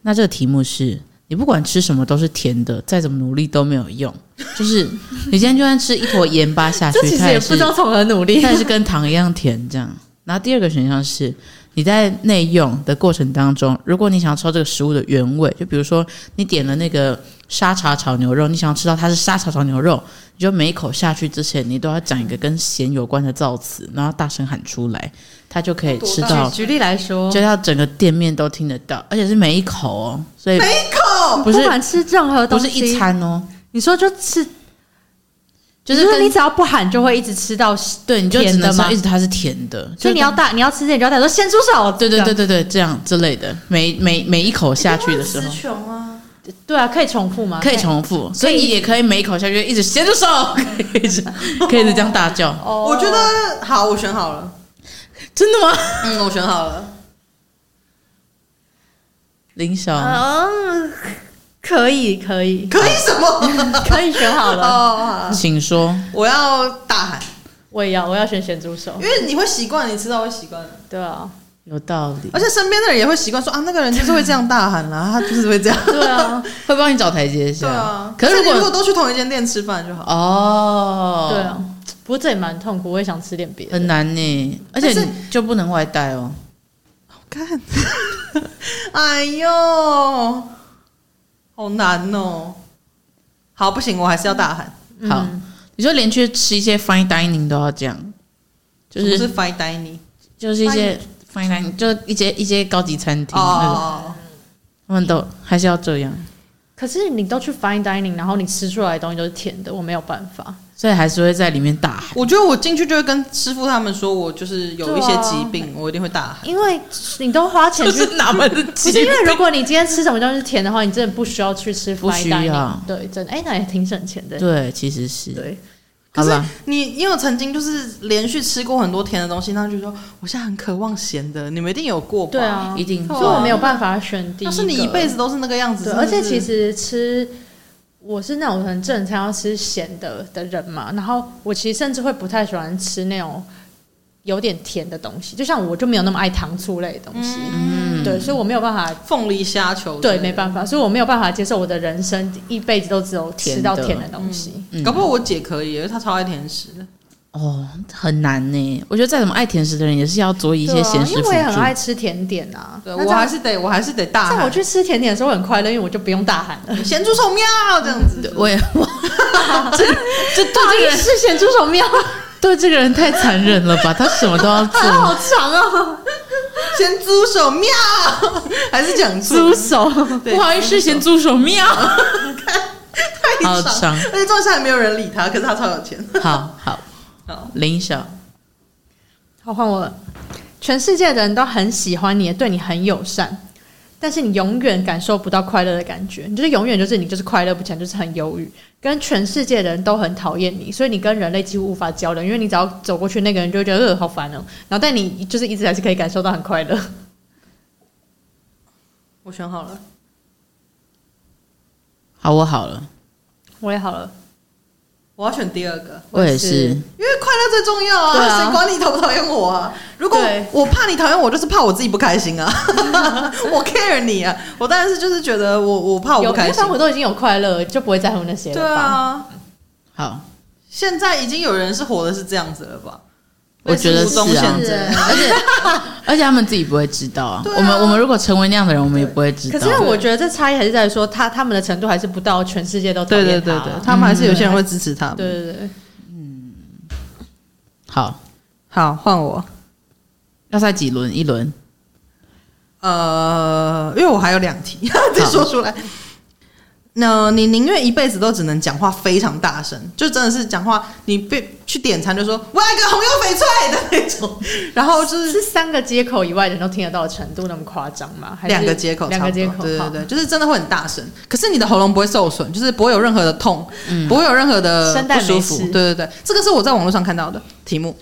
Speaker 2: 那这个题目是你不管吃什么都是甜的，再怎么努力都没有用。就是你今天就算吃一坨盐巴下去
Speaker 3: 这，其实
Speaker 2: 它
Speaker 3: 也
Speaker 2: 也
Speaker 3: 不
Speaker 2: 是
Speaker 3: 知道从何努 力
Speaker 2: 它。也是跟糖一样甜这样。然后第二个选项是你在内用的过程当中，如果你想要吃到这个食物的原味，就比如说你点了那个沙茶炒牛肉，你想要吃到它是沙茶炒牛肉，你就每一口下去之前，你都要讲一个跟咸有关的造词，然后大声喊出来，它就可以吃到，
Speaker 3: 举例来说
Speaker 2: 就，要整个店面都听得到，而且是每一口哦，所以
Speaker 1: 每一口
Speaker 2: 不是
Speaker 3: 不管吃任何
Speaker 2: 不
Speaker 3: 东
Speaker 2: 是
Speaker 3: 西，
Speaker 2: 一餐哦，
Speaker 3: 你说就吃，
Speaker 2: 就
Speaker 3: 就是是你
Speaker 2: 跟
Speaker 3: 只要不喊就会一直吃到，所
Speaker 2: 对你就只
Speaker 3: 甜的
Speaker 2: 能吃到
Speaker 3: 吗
Speaker 2: 一直它是甜的，
Speaker 3: 以
Speaker 2: 就
Speaker 3: 你要大你要吃之前你就要大说先出手。
Speaker 2: 对对对
Speaker 3: 这样
Speaker 2: 对对，这样之类的，每每每一口下去的时候
Speaker 1: 穷啊，
Speaker 3: 对啊，可以重复吗？
Speaker 2: 可以重复，所以你也可以每一口下去一直咸着手，可以这样， 可以这样大叫，
Speaker 3: 哦
Speaker 1: 我觉得好，我选好了，
Speaker 2: 真的吗？
Speaker 1: 嗯，我选好了。
Speaker 2: 林晓，
Speaker 3: 嗯，可以可 以
Speaker 1: 可以什么？
Speaker 3: 可以选好了。
Speaker 1: 哦，
Speaker 2: 请说，
Speaker 1: 我要大喊，
Speaker 3: 我也要，我要选咸猪手
Speaker 1: 因。为你会习惯，你迟早会习惯的，
Speaker 3: 对啊，
Speaker 2: 有道理
Speaker 1: 而，且身边的人也会习惯说啊，那个人就是会这样大喊啦，他就是会这样。
Speaker 3: 对啊，
Speaker 2: 会帮你找台阶下。
Speaker 1: 对啊，
Speaker 2: 可
Speaker 1: 是
Speaker 2: 是
Speaker 1: 你
Speaker 2: 如
Speaker 1: 如果
Speaker 2: 果
Speaker 1: 都去同一间店吃饭就好。
Speaker 2: 哦，
Speaker 3: 对，啊。不过这也蛮痛苦，我也想吃点别的。
Speaker 2: 很难呢，而且
Speaker 1: 但是
Speaker 2: 你就不能外带哦。
Speaker 1: 看，哎呦，好难哦。好，不行，我还是要大喊，
Speaker 3: 嗯
Speaker 2: 好你说连去吃一些 fine dining 都要这样，就
Speaker 1: 什么
Speaker 2: 是
Speaker 1: 是 fine dining
Speaker 2: 就是一些 fine dining，就是一些一些高级餐厅那种，
Speaker 1: 哦，
Speaker 2: 他们都还是要这样。
Speaker 3: 可是你都去 fine dining，然后你吃出来的东西都是甜的，我没有办法。
Speaker 2: 所以还是会在里面大喊。
Speaker 1: 我觉得我进去就会跟师傅他们说，我就是有一些
Speaker 3: 对啊
Speaker 1: 疾病，我一定会大喊。
Speaker 3: 因为你都花 钱
Speaker 2: 这
Speaker 3: 去，
Speaker 2: 是哪门的
Speaker 3: 不是因为如果你今天吃什么东西是甜的话，你真的不需要去吃 fine
Speaker 2: 不需
Speaker 3: dining
Speaker 2: 要
Speaker 3: 对，真的，哎、那也挺省钱的。
Speaker 2: 对，其实是。
Speaker 3: 对，
Speaker 1: 可
Speaker 2: 好
Speaker 1: 是
Speaker 2: 了，
Speaker 1: 你，你有曾经就是连续吃过很多甜的东西，然后就说我现在很渴望咸的，你们一定有过吧？
Speaker 3: 对，啊，
Speaker 2: 一定。
Speaker 1: 会
Speaker 3: 所以我没有办法选第一
Speaker 1: 要
Speaker 3: 个。
Speaker 1: 是你一辈
Speaker 3: 子，
Speaker 1: 子都是那个样子，
Speaker 3: 对，
Speaker 1: 真的
Speaker 3: 而且
Speaker 1: 是
Speaker 3: 其实吃。我是那种很正常要吃咸的的人嘛，然后我其实甚至会不太喜欢吃那种有点甜的东西，就像我就没有那么爱糖醋类的东西，
Speaker 2: 嗯，
Speaker 3: 对，所以我没有办法
Speaker 1: 凤梨虾球，
Speaker 3: 对，没办法，所以我没有办法接受我的人生一辈子都只有吃到
Speaker 2: 甜的
Speaker 3: 甜的东西。
Speaker 1: 法搞不好我姐可以，因为她超爱甜食的。
Speaker 2: 哦，很难呢。我觉得再怎么爱甜食的人，也是要佐以一
Speaker 3: 对
Speaker 2: 些咸
Speaker 3: 啊，
Speaker 2: 食辅
Speaker 3: 因为
Speaker 2: 助
Speaker 3: 我也。很爱吃甜点啊。
Speaker 1: 对
Speaker 3: 那这
Speaker 1: 我
Speaker 3: 样
Speaker 1: 还是得，我还是得大
Speaker 3: 像我
Speaker 1: 喊
Speaker 3: 去吃甜点的时候很快乐，因为我就嗯不用大喊了。
Speaker 1: 咸猪手喵这样子。
Speaker 2: 我也 我这这对这
Speaker 3: 好
Speaker 2: 个
Speaker 3: 意
Speaker 2: 人
Speaker 3: 思，咸猪手喵，
Speaker 2: 对这个人太残忍了吧？他什么都要
Speaker 3: 好
Speaker 2: 做，
Speaker 3: 长哦，
Speaker 1: 咸猪手喵，还是讲
Speaker 3: 猪
Speaker 1: 猪
Speaker 3: 手。
Speaker 1: 对
Speaker 2: 不好意思，咸猪手喵。
Speaker 1: 太
Speaker 2: 好
Speaker 1: 长
Speaker 2: 长，
Speaker 1: 而且重点是还没有人理她，可是她超有钱。
Speaker 2: 好好，
Speaker 1: 好，
Speaker 2: 林晓，
Speaker 3: 好，换我了。全世界的人都很喜欢你，也对你很友善，但是你永远感受不到快乐的感觉。你就是永远就是你就是快乐不起来，就是很忧郁，跟全世界的人都很讨厌你，所以你跟人类几乎无法交流，因为你只要走过去，那个人就会觉得呃好烦哦、然后但你就是一直还是可以感受到很快乐。
Speaker 1: 我选好了，
Speaker 2: 好，我好了，
Speaker 3: 我也好了，
Speaker 1: 我要选第二个。
Speaker 2: 我也
Speaker 3: 也是
Speaker 2: 是。
Speaker 1: 因为快乐最重要
Speaker 3: 对
Speaker 1: 啊！
Speaker 3: 啊
Speaker 1: 谁、管你讨不讨厌我啊？如果
Speaker 3: 对
Speaker 1: 我怕你讨厌我，就是怕我自己不开心啊！ 我 care 你啊！我当然是就是觉得我我怕我
Speaker 3: 有
Speaker 1: 不
Speaker 3: 因
Speaker 1: 开
Speaker 3: 为
Speaker 1: 心
Speaker 3: 反正。我都已经有快乐，就不会在乎那些了
Speaker 1: 对
Speaker 3: 吧？
Speaker 1: 啊，
Speaker 2: 好，
Speaker 1: 现在已经有人是活的是这样子了吧？
Speaker 2: 我觉得
Speaker 4: 无
Speaker 2: 是
Speaker 4: 中
Speaker 2: 啊
Speaker 4: 选，择。
Speaker 2: 而且 而且他们自己不会知道啊。我们我们如果成为那样的人，我们也不会知
Speaker 3: 可
Speaker 2: 道。
Speaker 3: 是我觉得这差异还是在于说他他们的程度还是不到全世界都讨
Speaker 1: 对对
Speaker 3: 厌
Speaker 1: 对
Speaker 3: 他
Speaker 1: 对，他嗯们还是有些人会支持他们。
Speaker 3: 对对对，
Speaker 2: 好，
Speaker 1: 好，换我。
Speaker 2: 要赛几轮？一轮。
Speaker 1: 呃，因为我还有两题， 自己说出来。那你宁愿一辈子都只能讲话非常大声，就真的是讲话，你被去点餐就说我要一个红油翡翠的那种，然后就是
Speaker 3: 是三个接口以外的人都听得到的程度那么夸张吗？还是
Speaker 1: 两个接口差不多，
Speaker 3: 两个接口，
Speaker 1: 对
Speaker 3: 好
Speaker 1: 对对，就是真的会很大声，可是你的喉咙不会受损，就是不会有任何的痛，不会有任何的
Speaker 3: 嗯声带
Speaker 1: 不
Speaker 3: 没
Speaker 1: 舒服。
Speaker 3: 事
Speaker 1: 对对对，这个是我在网络上看到的题目。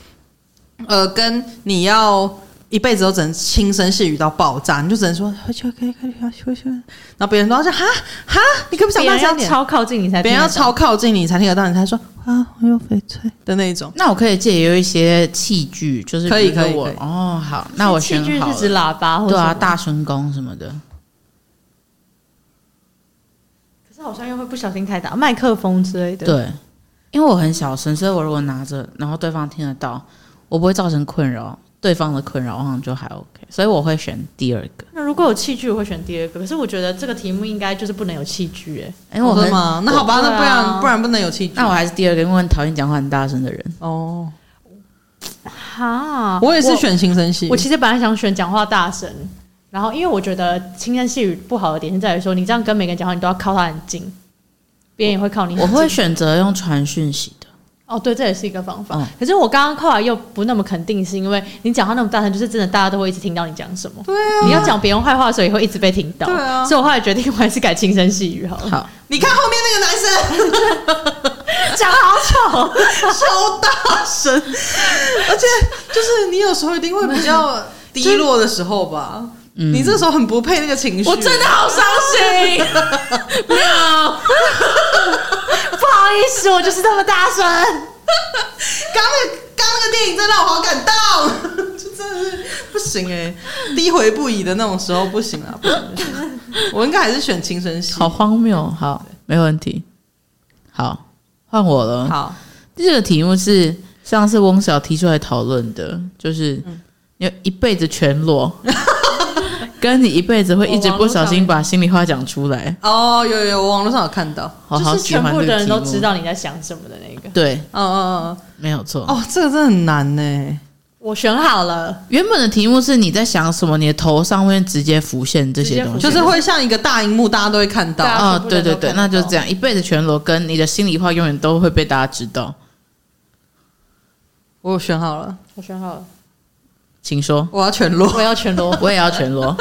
Speaker 1: 呃，跟你要一辈子都只能轻声细语到爆炸，你就只能说回去，可以可以回去回去，然后别人都要说哈哈，你可不可以讲
Speaker 3: 别
Speaker 1: 大
Speaker 3: 人
Speaker 1: 声
Speaker 3: 要
Speaker 1: 一点？
Speaker 3: 超靠近你才听得到，
Speaker 1: 别人要超靠近你才听得到，你才说啊，我有翡翠的那一种。
Speaker 2: 那我可以借由一些器具，就是
Speaker 1: 可以
Speaker 2: 比如说
Speaker 1: 可以
Speaker 2: 我
Speaker 1: 可以
Speaker 2: 哦，好，那我选
Speaker 3: 器具
Speaker 2: 好了
Speaker 3: 是指喇叭或
Speaker 2: 对啊，
Speaker 3: 什么
Speaker 2: 大声公什么的。
Speaker 3: 可是好像又会不小心开打麦克风之类的。
Speaker 2: 对，因为我很小声，所以我如果拿着，然后对方听得到，我不会造成困扰，对方的困扰，我好像就还 OK，所以我会选第二个。
Speaker 3: 那如果有器具，我会选第二个。可是我觉得这个题目应该就是不能有器具、哎，
Speaker 2: 哎、我
Speaker 1: 哦真
Speaker 2: 很
Speaker 1: 的，吗？那好吧，
Speaker 3: 对啊
Speaker 1: 那不然不然不能有器具
Speaker 2: 那我还是第二个，因为我很讨厌讲话很大声的人。
Speaker 1: 哦。
Speaker 3: 哈
Speaker 1: 我也是。选轻声细语
Speaker 3: 我，其实本来想选讲话大声，然后因为我觉得轻声细语不好的点是在于说，你这样跟每个人讲话，你都要靠他很近，别人也会靠你很
Speaker 2: 我
Speaker 3: 近。
Speaker 2: 会选择用传讯息 的。
Speaker 3: 哦，对，这也是一个方法。
Speaker 2: 嗯
Speaker 3: 可是我刚刚后来又不那么肯定，是因为你讲话那么大声，就是真的大家都会一直听到你讲什么。对啊，你要讲别人坏话的时候也会一直被听到。
Speaker 1: 对啊
Speaker 3: 所以我后来决定我还是改轻声细语好了。
Speaker 2: 好，
Speaker 1: 你看后面那个男生。
Speaker 3: 讲好丑，
Speaker 1: 超大声，而且就是你有时候一定会比较低落的时候吧，
Speaker 2: 嗯
Speaker 1: 你这时候很不配那个情绪，
Speaker 2: 我真的好伤 心，没有。
Speaker 3: 不好意思，我就是这么大声。
Speaker 1: 刚那个刚那个电影真的让我好感动， 就真的是不行哎、低回不已的那种时候不行啊，不行不行，我应该还是选轻声戏。
Speaker 2: 好荒谬，好，没问题。好，换我了。
Speaker 1: 好，
Speaker 2: 这个题目是上次翁小提出来讨论的，就是
Speaker 3: 嗯
Speaker 2: 你一辈子全 裸，跟你一辈子会一直不小心把心里话讲出来。
Speaker 1: 哦，有有有，我网络上有看到，
Speaker 2: 好好
Speaker 3: 就是
Speaker 2: 喜
Speaker 3: 全
Speaker 2: 欢
Speaker 3: 部
Speaker 2: 这
Speaker 3: 的
Speaker 2: 个
Speaker 3: 人
Speaker 2: 题
Speaker 3: 都知
Speaker 2: 目。
Speaker 3: 道你在想什么的那个。
Speaker 2: 对，
Speaker 1: 嗯嗯
Speaker 2: 没有错。
Speaker 1: 嗯，哦，这个真的很难欸呢、
Speaker 3: 我选好了，
Speaker 2: 原本的题目是你在想什么，你的头上面直接浮现这些东
Speaker 3: 直接
Speaker 2: 西
Speaker 1: 就
Speaker 3: 浮。
Speaker 1: 是会像一个大荧幕，大家都会看到
Speaker 3: 对。
Speaker 2: 哦，
Speaker 3: 啊全部
Speaker 2: 对
Speaker 3: 人都
Speaker 2: 对对，
Speaker 3: 看得
Speaker 2: 那就
Speaker 3: 到
Speaker 2: 这样，一辈子全裸，跟你的心里话永远都会被大家知道。
Speaker 1: 我有选好了，
Speaker 3: 我选好了，
Speaker 2: 请说，
Speaker 1: 我要全裸，
Speaker 3: 我要全裸。
Speaker 2: 我也要全裸。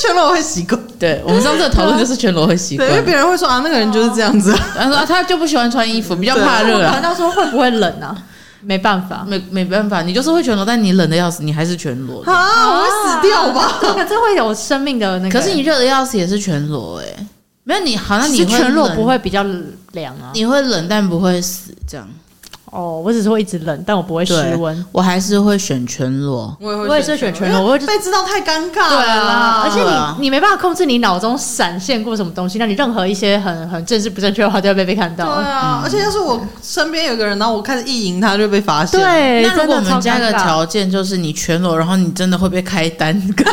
Speaker 1: 全裸我会习惯。
Speaker 2: 对我们上次的讨论就是全裸会习
Speaker 1: 对，
Speaker 2: 惯
Speaker 1: 因为，别人会说啊，那个人就是这样子、啊。
Speaker 2: 他说啊他就不喜欢穿衣服，比较怕
Speaker 3: 我
Speaker 2: 热 啊
Speaker 3: 考。到说会不会冷啊？没办法，
Speaker 2: 没没办法，你就是会全裸，但你冷的要死，你还是全裸。
Speaker 1: 啊，我会死掉吧？
Speaker 3: 这个这会有生命的那个。
Speaker 2: 可是你热的要死也是全裸哎、没有你好像
Speaker 3: 其
Speaker 2: 你
Speaker 3: 实
Speaker 2: 会
Speaker 3: 全裸
Speaker 2: 冷
Speaker 3: 不，会比较凉啊？
Speaker 2: 你会冷但不会死这样。
Speaker 3: 哦，我只是会一直冷，但我不会
Speaker 2: 对
Speaker 3: 失温。
Speaker 2: 我还是会选全裸。
Speaker 1: 我也
Speaker 3: 我也是选全裸
Speaker 1: 因为
Speaker 3: 我就
Speaker 1: 被知道太尴尬了。
Speaker 2: 对啊
Speaker 3: 而且
Speaker 2: 对啊
Speaker 3: 你你没办法控制你脑中闪现过什么东西，那你任何一些很很政治不正确的话都会被被看
Speaker 1: 对
Speaker 3: 到。
Speaker 1: 啊，而且要是我身边有个人，然后我开始意淫他，就会被发现。，
Speaker 3: 对，
Speaker 2: 那如果我
Speaker 3: 真的超
Speaker 2: 们加个
Speaker 3: 尴尬
Speaker 2: 条件，就是你全裸，然后你真的会被开 单，跟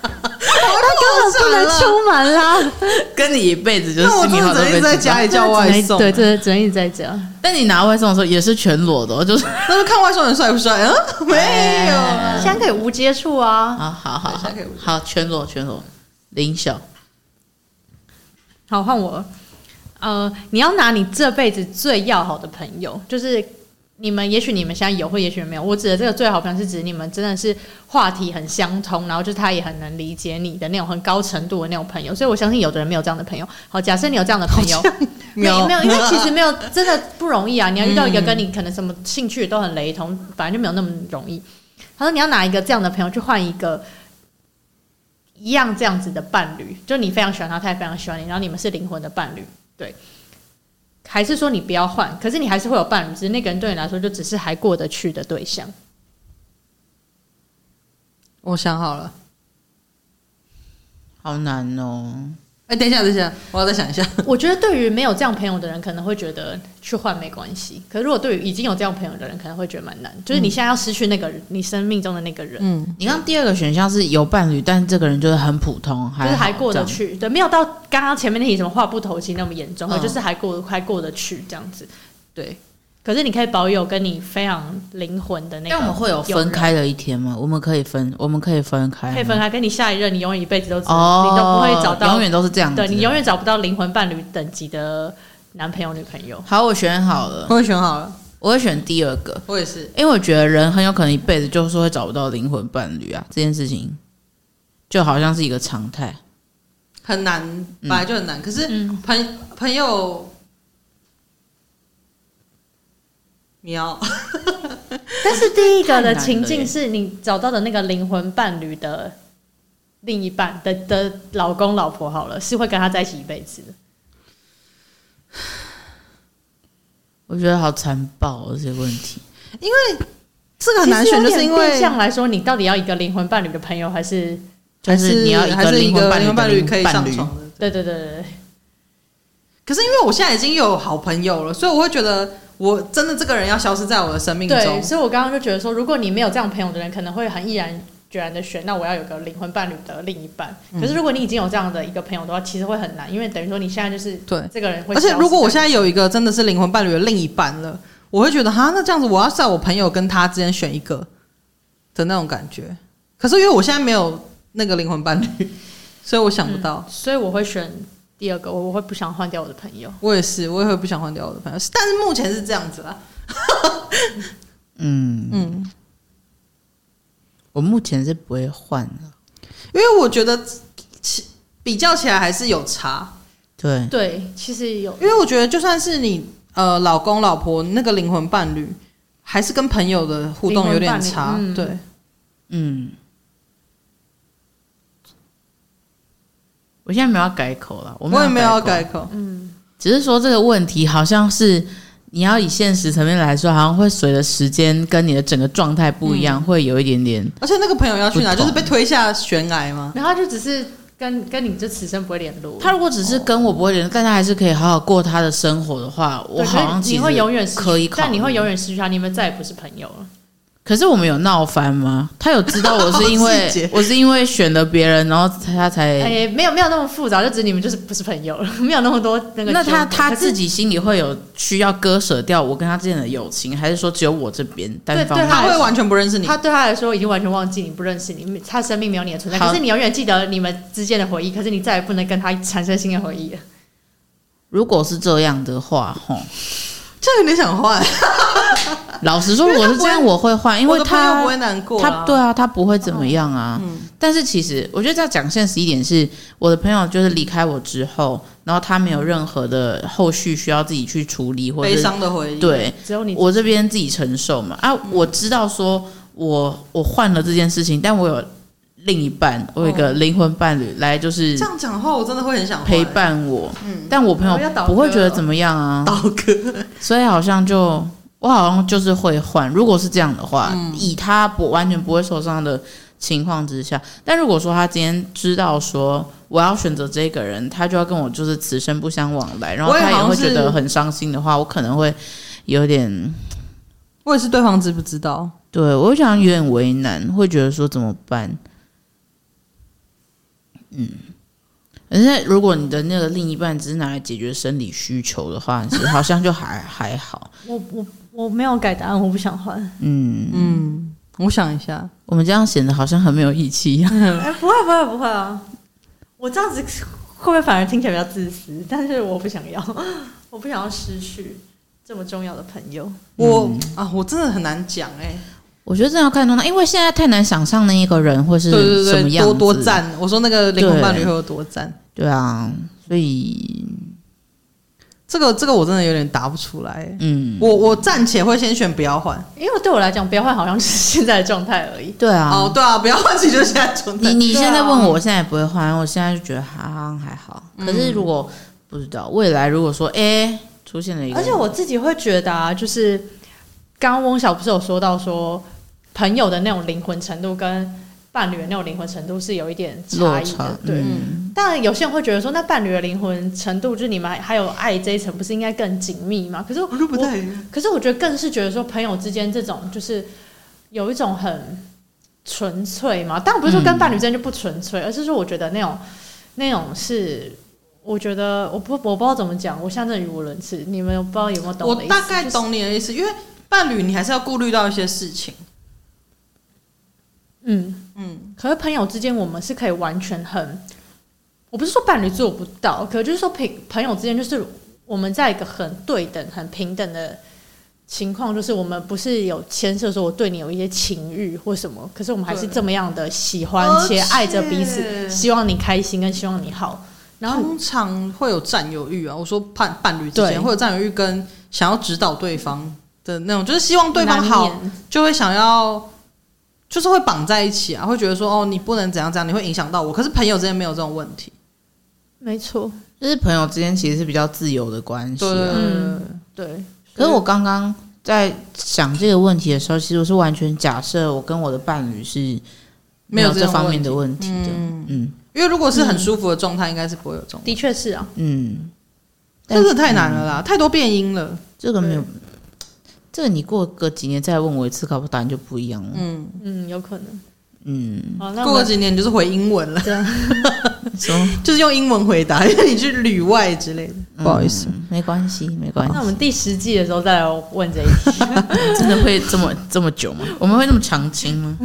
Speaker 1: 那
Speaker 3: 根本不能出 门啦，
Speaker 2: 跟你一辈子就是
Speaker 1: 那我
Speaker 2: 心
Speaker 1: 真
Speaker 2: 里话
Speaker 1: 的
Speaker 2: 都
Speaker 1: 只能一直
Speaker 2: 被知
Speaker 1: 在
Speaker 2: 道
Speaker 1: 家里叫外送。
Speaker 3: 对，，这只能一直在家。
Speaker 2: 但你拿外送的时候也是全裸的、哦，就是
Speaker 1: 那就看外送人帅不帅。 嗯，没有啊。
Speaker 3: 现在可以无接触啊。
Speaker 2: 好好好
Speaker 1: 对
Speaker 2: 好
Speaker 1: 下可以我
Speaker 2: 好全裸全裸，林晓
Speaker 3: 好，换我。呃，你要拿你这辈子最要好的朋友，就是你们，也许你们现在有，或也许没有。我指的这个最好朋友，是指你们真的是话题很相通，然后就是他也很能理解你的那种很高程度的那种朋友。所以我相信有的人没有这样的朋友。好，假设你有这样的朋友，没有没有，因为其实没有真的不容易啊！ 你要遇到一个跟你可能什么兴趣都很雷同，本来就没有那么容易。他说你要拿一个这样的朋友去换一个一样这样子的伴侣，就你非常喜欢他，他也非常喜欢你，然后你们是灵魂的伴侣，对。还是说你不要换，可是你还是会有伴侣，只是那个人对你来说就只是还过得去的对 象。
Speaker 1: 我想好了，
Speaker 2: 好难哦。
Speaker 1: 哎、等一下，等一下，我要再想一下。
Speaker 3: 我觉得对于没有这样朋友的人，可能会觉得去换没关系。可是如果对于已经有这样朋友的人，可能会觉得蛮难。就是你现在要失去那个人，你生命中的那个人，
Speaker 1: 嗯，
Speaker 2: 你刚第二个选项是有伴侣，但这个人就是很普通，
Speaker 3: 就是还
Speaker 2: 好
Speaker 3: 过得
Speaker 2: 这样
Speaker 3: 去，对，没有到刚刚前面那题什么话不投机那么严重，
Speaker 2: 嗯
Speaker 3: 就是还过还过得去这样子，对。可是你可以保有跟你非常灵魂的那个，
Speaker 2: 但我们会有分，开的一天吗？我们可以分，我们可以分开吗，
Speaker 3: 可以分开，跟你下一任，你永远一辈子都只、
Speaker 2: 哦，
Speaker 3: 你都不会找到，
Speaker 2: 永远都是这样子的。
Speaker 3: 对你永远找不到灵魂伴侣等级的男朋友女朋友。
Speaker 2: 好，我选好了，
Speaker 1: 我也选好了，
Speaker 2: 我会选第二个，
Speaker 1: 我也是。
Speaker 2: 因为我觉得人很有可能一辈子就是会找不到灵魂伴侣啊，这件事情就好像是一个常态。
Speaker 1: 很难，本来就很难。可是
Speaker 3: 嗯
Speaker 1: 朋、朋友，喵，
Speaker 3: 但是第一个
Speaker 2: 太难
Speaker 3: 的
Speaker 2: 了
Speaker 3: 情
Speaker 2: 耶
Speaker 3: 境是你找到的那个灵魂伴侣的另一半的的老公老婆好了，是会跟他在一起一辈子的。
Speaker 2: 我觉得好残暴、哦、这些问题，
Speaker 1: 这个很难选，就是因为
Speaker 3: 相来说，你到底要一个灵魂伴侣的朋友，还是
Speaker 2: 就
Speaker 1: 还是
Speaker 2: 你要一
Speaker 1: 还
Speaker 2: 个
Speaker 1: 是一
Speaker 2: 灵魂
Speaker 1: 个
Speaker 2: 伴
Speaker 1: 灵
Speaker 2: 侣
Speaker 1: 魂
Speaker 2: 的
Speaker 1: 伴侣
Speaker 2: 灵
Speaker 1: 可以
Speaker 2: 魂
Speaker 1: 上
Speaker 2: 伴侣，
Speaker 1: 床的。
Speaker 3: 对对对对对，
Speaker 1: 可是因为我现在已经有好朋友了，所以我会觉得我真的这个人要消失在我的生命
Speaker 3: 对，
Speaker 1: 中。
Speaker 3: 所以我刚刚就觉得说，如果你没有这样朋友的人，可能会很毅然决然的选，那我要有个灵魂伴侣的另一半。
Speaker 1: 嗯
Speaker 3: 可是如果你已经有这样的一个朋友的话，其实会很难，因为等于说你现在就是
Speaker 1: 对
Speaker 3: 这个人
Speaker 1: 而
Speaker 3: 会消失
Speaker 1: 且
Speaker 3: 在，
Speaker 1: 如果我现在有一个真的是灵魂伴侣的另一半了，我会觉得哈，那这样子我要在我朋友跟他之间选一个的那种感觉。可是因为我现在没有那个灵魂伴侣， 所以我想不到。
Speaker 3: 嗯所以我会选第二个，我我会不想换掉我的朋友。
Speaker 1: 我也是，我也会不想换掉我的朋友，但是目前是这样子啦。
Speaker 2: 嗯，
Speaker 1: 嗯，
Speaker 2: 我目前是不会换的。
Speaker 1: 因为我觉得其比较起来还是有差，
Speaker 2: 对，
Speaker 3: 对，其实有
Speaker 1: 因为我觉得就算是你呃老公老婆那个灵魂伴侣，还是跟朋友的互动有点差，
Speaker 3: 灵魂伴侣嗯
Speaker 1: 对。
Speaker 2: 嗯，我现在没有要改口了，我
Speaker 1: 我也没有要
Speaker 2: 口
Speaker 1: 改口，
Speaker 2: 只是说这个问题好像是你要以现实层面来说，好像会随着时间跟你的整个状态不一样，会有一点点。
Speaker 1: 而且那个朋友要去哪，
Speaker 2: 不
Speaker 1: 就
Speaker 2: 懂
Speaker 1: 是被推下悬崖吗？
Speaker 3: 然后就只是跟跟你就此生不会联络。
Speaker 2: 他如果只是跟我不会联络，但他还是可以好好过他的生活的话，我
Speaker 3: 对
Speaker 2: 好
Speaker 3: 可
Speaker 2: 像
Speaker 3: 是
Speaker 2: 其
Speaker 3: 你
Speaker 2: 实
Speaker 3: 会永远失去
Speaker 2: 可以考虑
Speaker 3: 但你会永远失去他，你们再也不是朋友了。
Speaker 2: 可是我们有闹翻吗？他有知道 我是因
Speaker 1: 好细节
Speaker 2: 为我是因为选了别人，然后他才。
Speaker 3: 哎、没有没有那么复杂，就只是你们就是不是朋友 了，没有那么多那个纠葛。
Speaker 2: 那他他
Speaker 3: 可是
Speaker 2: 自己心里会有需要割舍掉我跟他之间的友情，还是说只有我这边单
Speaker 3: 对
Speaker 2: 方
Speaker 3: 对
Speaker 2: 面？
Speaker 1: 他会完全不认识你，
Speaker 3: 他对他来说已经完全忘记你，不认识你，他生命没有你的存在。
Speaker 2: 好
Speaker 3: 可是你永远记得你们之间的回忆，可是你再也不能跟他产生新的回忆了。
Speaker 2: 如果是这样的话，吼，
Speaker 1: 这有点想换，
Speaker 2: 老实说，
Speaker 1: 因为
Speaker 2: 我
Speaker 1: 他
Speaker 2: 是这样，
Speaker 1: 不
Speaker 2: 我会换，因
Speaker 1: 我
Speaker 2: 为
Speaker 1: 的朋
Speaker 2: 他
Speaker 1: 友不会难过啊，
Speaker 2: 他对啊，他不会怎么样啊。但是其实我觉得要讲现实一点是，我的朋友就是离开我之后，然后他没有任何的后续需要自己去处理，或者
Speaker 1: 悲
Speaker 2: 是
Speaker 1: 伤的回忆，，
Speaker 2: 对
Speaker 3: 只有你
Speaker 2: 我这边自己承受嘛。啊，我知道说我我换了这件事情，但我有另一半，我有一个灵魂伴侣来就是
Speaker 1: 这样讲的话，我真的会很想换
Speaker 2: 陪伴我，但我朋友
Speaker 3: 哦要倒
Speaker 2: 不会
Speaker 3: 戈
Speaker 2: 觉得
Speaker 3: 了
Speaker 2: 怎么样啊。
Speaker 1: 刀哥。
Speaker 2: 所以好像就我好像就是会换。如果是这样的话，以他不完全不会受伤的情况之下，但如果说他今天知道说我要选择这个人，他就要跟我就是此生不相往来，然后
Speaker 1: 我也
Speaker 2: 他也
Speaker 1: 好像
Speaker 2: 会觉
Speaker 1: 是
Speaker 2: 得很伤心的话，我可能会有点
Speaker 1: 我也是，对方知不知道？
Speaker 2: 对我想有点为难，会觉得说怎么办？嗯，而且如果你的那个另一半只是拿来解决生理需求的话，其实好像就还 还好。
Speaker 3: 我我我没有改答案，我不想换。
Speaker 1: 嗯，我想一下，
Speaker 2: 我们这样显得好像很没有义气一样。
Speaker 3: 哎、不会不会不会啊！我这样子会不会反而听起来比较自私？但是我不想要， 我不想要失去这么重要的朋友。
Speaker 1: 我、
Speaker 2: 嗯
Speaker 1: 啊，我真的很难讲哎、
Speaker 2: 我觉得真的要看状态，因为现在太难想象那一个人会是
Speaker 1: 对对
Speaker 2: 什么
Speaker 1: 对对，
Speaker 2: 样
Speaker 1: 多
Speaker 2: 子。
Speaker 1: 多赞！我说那个灵魂伴侣
Speaker 2: 对
Speaker 1: 会有多赞？
Speaker 2: 对啊，所以
Speaker 1: 这个这个我真的有点答不出来、欸。
Speaker 2: 嗯，
Speaker 1: 我我暂且会先选不要换、
Speaker 3: 因为对我来讲，不要换好像就是现在的状态而已。
Speaker 2: 对啊。
Speaker 1: 哦，对啊，不要换，其实就是现在状态
Speaker 2: 你。你
Speaker 3: 对啊
Speaker 2: 现在问我，我现在也不会换，我现在就觉得好像还好。可是
Speaker 1: 嗯
Speaker 2: 如果、不知道未来，如果说哎、出现了一个，
Speaker 3: 而且我自己会觉得啊，就是刚刚翁晓不是有说到说朋友的那种灵魂程度跟伴侣的那种灵魂程度是有一点
Speaker 2: 落
Speaker 3: 差异
Speaker 2: 差
Speaker 3: 的，，对。
Speaker 2: 嗯
Speaker 3: 但有些人会觉得说，那伴侣的灵魂程度，就是你们还有爱这一层，不是应该更紧密吗？可是
Speaker 1: 我就不
Speaker 3: 我，
Speaker 1: 太
Speaker 3: 可是我觉得更是觉得说，朋友之间这种就是有一种很纯粹嘛。当然不是说
Speaker 1: 嗯
Speaker 3: 跟伴侣之间就不纯粹，而是说我觉得那种那种是，我觉得我不我不知道怎么讲，我现在真的语无伦次。你们不知道有没有懂
Speaker 1: 我
Speaker 3: 的意思
Speaker 1: 大概懂你的意思，因为伴侣你还是要顾虑到一些事情。
Speaker 3: 嗯，
Speaker 1: 嗯，
Speaker 3: 可是朋友之间，我们是可以完全很，我不是说伴侣做不到，可就是说朋朋友之间，就是我们在一个很对等、很平等的情况，就是我们不是有牵涉说我对你有一些情欲或什么，可是我们还是
Speaker 1: 对
Speaker 3: 这么样的喜欢
Speaker 1: 而
Speaker 3: 且爱着彼
Speaker 1: 且
Speaker 3: 此，希望你开心跟希望你好。然后
Speaker 1: 通常会有占有欲啊。我说伴伴侣之
Speaker 3: 对
Speaker 1: 间会有占有欲，跟想要指导对方的那种，就是希望对方
Speaker 3: 难
Speaker 1: 好，
Speaker 3: 免，
Speaker 1: 就会想要，就是会绑在一起啊，会觉得说哦，你不能怎样怎样，你会影响到我。可是朋友之间没有这种问题，
Speaker 3: 没错，
Speaker 2: 就是朋友之间其实是比较自由的关系、
Speaker 1: 对
Speaker 2: 啊。
Speaker 3: 嗯，对，
Speaker 2: 可是我刚刚在想这个问题的时候，其实我是完全假设我跟我的伴侣是
Speaker 1: 没
Speaker 2: 有
Speaker 1: 这
Speaker 2: 这
Speaker 1: 种
Speaker 2: 方面
Speaker 1: 问题
Speaker 2: 的问题的。嗯
Speaker 1: 因为如果是很舒服的状态，应该是不会有这种。
Speaker 3: 的确是啊，
Speaker 2: 嗯，
Speaker 1: 这个太难了
Speaker 3: 嗯
Speaker 1: 啦，太多变音了。
Speaker 2: 这个没有，这个你过个几年再问我一次，搞不好答案就不一样了。
Speaker 1: 嗯，
Speaker 3: 嗯，有可能。
Speaker 2: 嗯，
Speaker 3: 好，那
Speaker 1: 过个
Speaker 3: 我们啊
Speaker 1: 几年你就是回英文了，
Speaker 2: 什么？
Speaker 1: 就是用英文回答，因为你去旅外之类的。不好意思，
Speaker 2: 嗯，没关系，没关系
Speaker 3: 那。我们第十季的时候再来问这一 题，
Speaker 2: 真的会这么这么久吗？我们会那么长青 吗？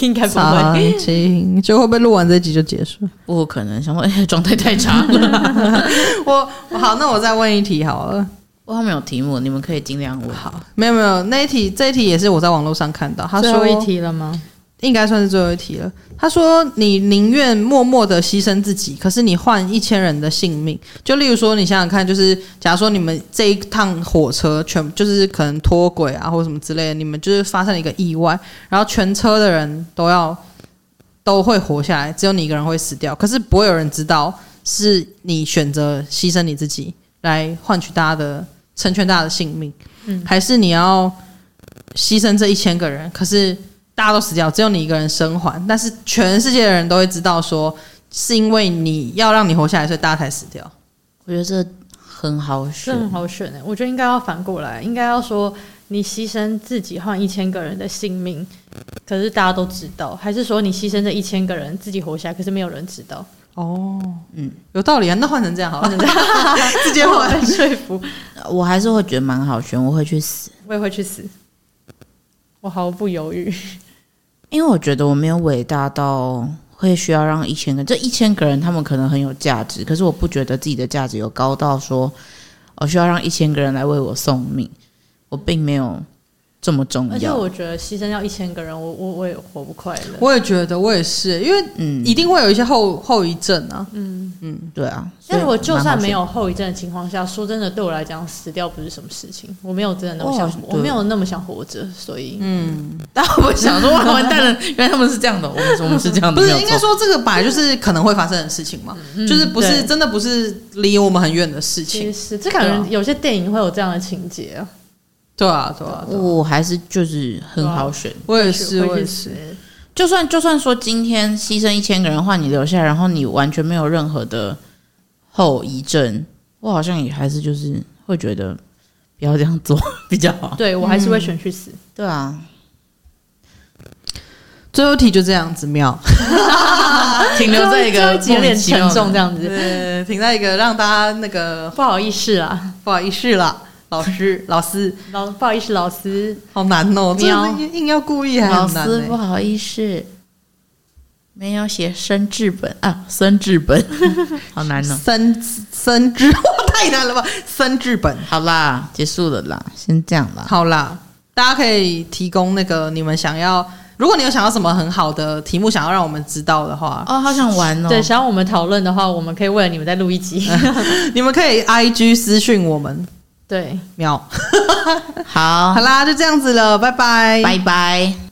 Speaker 3: 应该不会。
Speaker 1: 情，就会不会录完这集就结束？
Speaker 2: 不可能，想说哎呀，状态太差 了。
Speaker 1: 我好，那我再问一题好了。
Speaker 2: 我后面有题目，你们可以尽量问。
Speaker 1: 好，没有没有，那一题这一题也是我在网络上看到，他
Speaker 3: 最
Speaker 1: 说
Speaker 3: 后一题了吗？
Speaker 1: 应该算是最后一题了。他说：“你宁愿默默的牺牲自己，可是你换一千人的性命。就例如说，你想想看，就是假如说你们这一趟火车全就是可能脱轨啊，或者什么之类的，你们就是发生了一个意外，然后全车的人都要都会活下来，只有你一个人会死掉。可是不会有人知道是你选择牺牲你自己来换取大家的成全大家的性命，
Speaker 3: 嗯
Speaker 1: 还是你要牺牲这一千个人，可是大家都死掉，只有你一个人生还，但是全世界的人都会知道说，是因为你要让你活下来，所以大家才死掉。
Speaker 2: 我觉得这很好选
Speaker 3: 这，很好选的，欸我觉得应该要反过来，应该要说你牺牲自己换一千个人的性命，可是大家都知道，还是说你牺牲这一千个人自己活下来，可是没有人知 道，
Speaker 1: 哦，
Speaker 2: 嗯
Speaker 1: 嗯，有道理啊。那换成这样好了， 直接换。
Speaker 3: 被说服，
Speaker 2: 我还是会觉得蛮好选，我会去死，
Speaker 3: 我也会去死，我毫不犹豫。
Speaker 2: 因为我觉得我没有伟大到会需要让一千个这一千个人，他们可能很有价值，可是我不觉得自己的价值有高到说我需要让一千个人来为我送命，我并没有这么重
Speaker 3: 而且
Speaker 2: 嗯要。
Speaker 3: 我觉得牺牲掉一千个人，我我我也活不快乐。
Speaker 1: 我也觉得，我也是，因为
Speaker 2: 嗯，
Speaker 1: 一定会有一些后后遗症啊。
Speaker 2: 对啊，所
Speaker 3: 但
Speaker 2: 以
Speaker 3: 是我就
Speaker 2: 蛮好
Speaker 3: 算没
Speaker 2: 选
Speaker 3: 有后遗症的情况下，说真的，对我来讲，死掉不是什么事情。我没有真的那么
Speaker 2: 哇
Speaker 3: 想，我没
Speaker 2: 哦对
Speaker 3: 有那么想活着，所以
Speaker 1: 嗯，
Speaker 2: 但我会想说，哇，完蛋了，原来他们是这样的，我们我们是这样
Speaker 1: 不
Speaker 2: 的，
Speaker 1: 是
Speaker 2: 没有
Speaker 1: 应该
Speaker 2: 错。
Speaker 1: 说这个本来就是可能会发生的事情嘛，就是不是
Speaker 3: 对
Speaker 1: 真的不是离我们很远的事
Speaker 3: 其
Speaker 1: 情。
Speaker 3: 实这可能有些电影会有这样的情节啊。
Speaker 1: 对啊，对啊，对啊
Speaker 2: 我还是就是很好选，
Speaker 1: 我也
Speaker 3: 会
Speaker 1: 是，
Speaker 3: 会
Speaker 1: 我也
Speaker 3: 去
Speaker 1: 是
Speaker 3: 死。
Speaker 2: 就算就算说今天牺牲一千个人换你留下来，然后你完全没有任何的后遗症，我好像也还是就是会觉得不要这样做 比较好。
Speaker 3: 对我还是会选去死。
Speaker 2: 对啊，
Speaker 1: 最后一题就这样子妙，
Speaker 2: 停留在一个
Speaker 3: 最后一集有点沉重这
Speaker 2: 样。
Speaker 3: 样子，
Speaker 1: 呃，停在一个让大家那个
Speaker 3: 不好意思啊，
Speaker 1: 不好意思啦，老师老师，
Speaker 2: 嗯
Speaker 3: 老不好意思，老师，
Speaker 1: 好难哦，这
Speaker 3: 喵
Speaker 1: 硬要故意还
Speaker 2: 老
Speaker 1: 很难
Speaker 2: 师，不
Speaker 1: 呢。
Speaker 2: 好意思，没有写生字本啊，生字 本好难哦。
Speaker 1: 三三至太难了吧？ 三至本，
Speaker 2: 好啦，结束了啦，先这样啦。
Speaker 1: 好啦，大家可以提供那个你们想要，如果你有想要什么很好的题目，想要让我们知道的话，
Speaker 2: 哦，好想玩哦。嗯
Speaker 3: 对，想要我们讨论的话，我们可以为了你们再录一集。
Speaker 1: 你们可以 I G 私讯我们。
Speaker 3: 对。
Speaker 1: 喵，
Speaker 2: 好
Speaker 1: 好，啦，就这样子了，拜拜，
Speaker 2: 拜拜。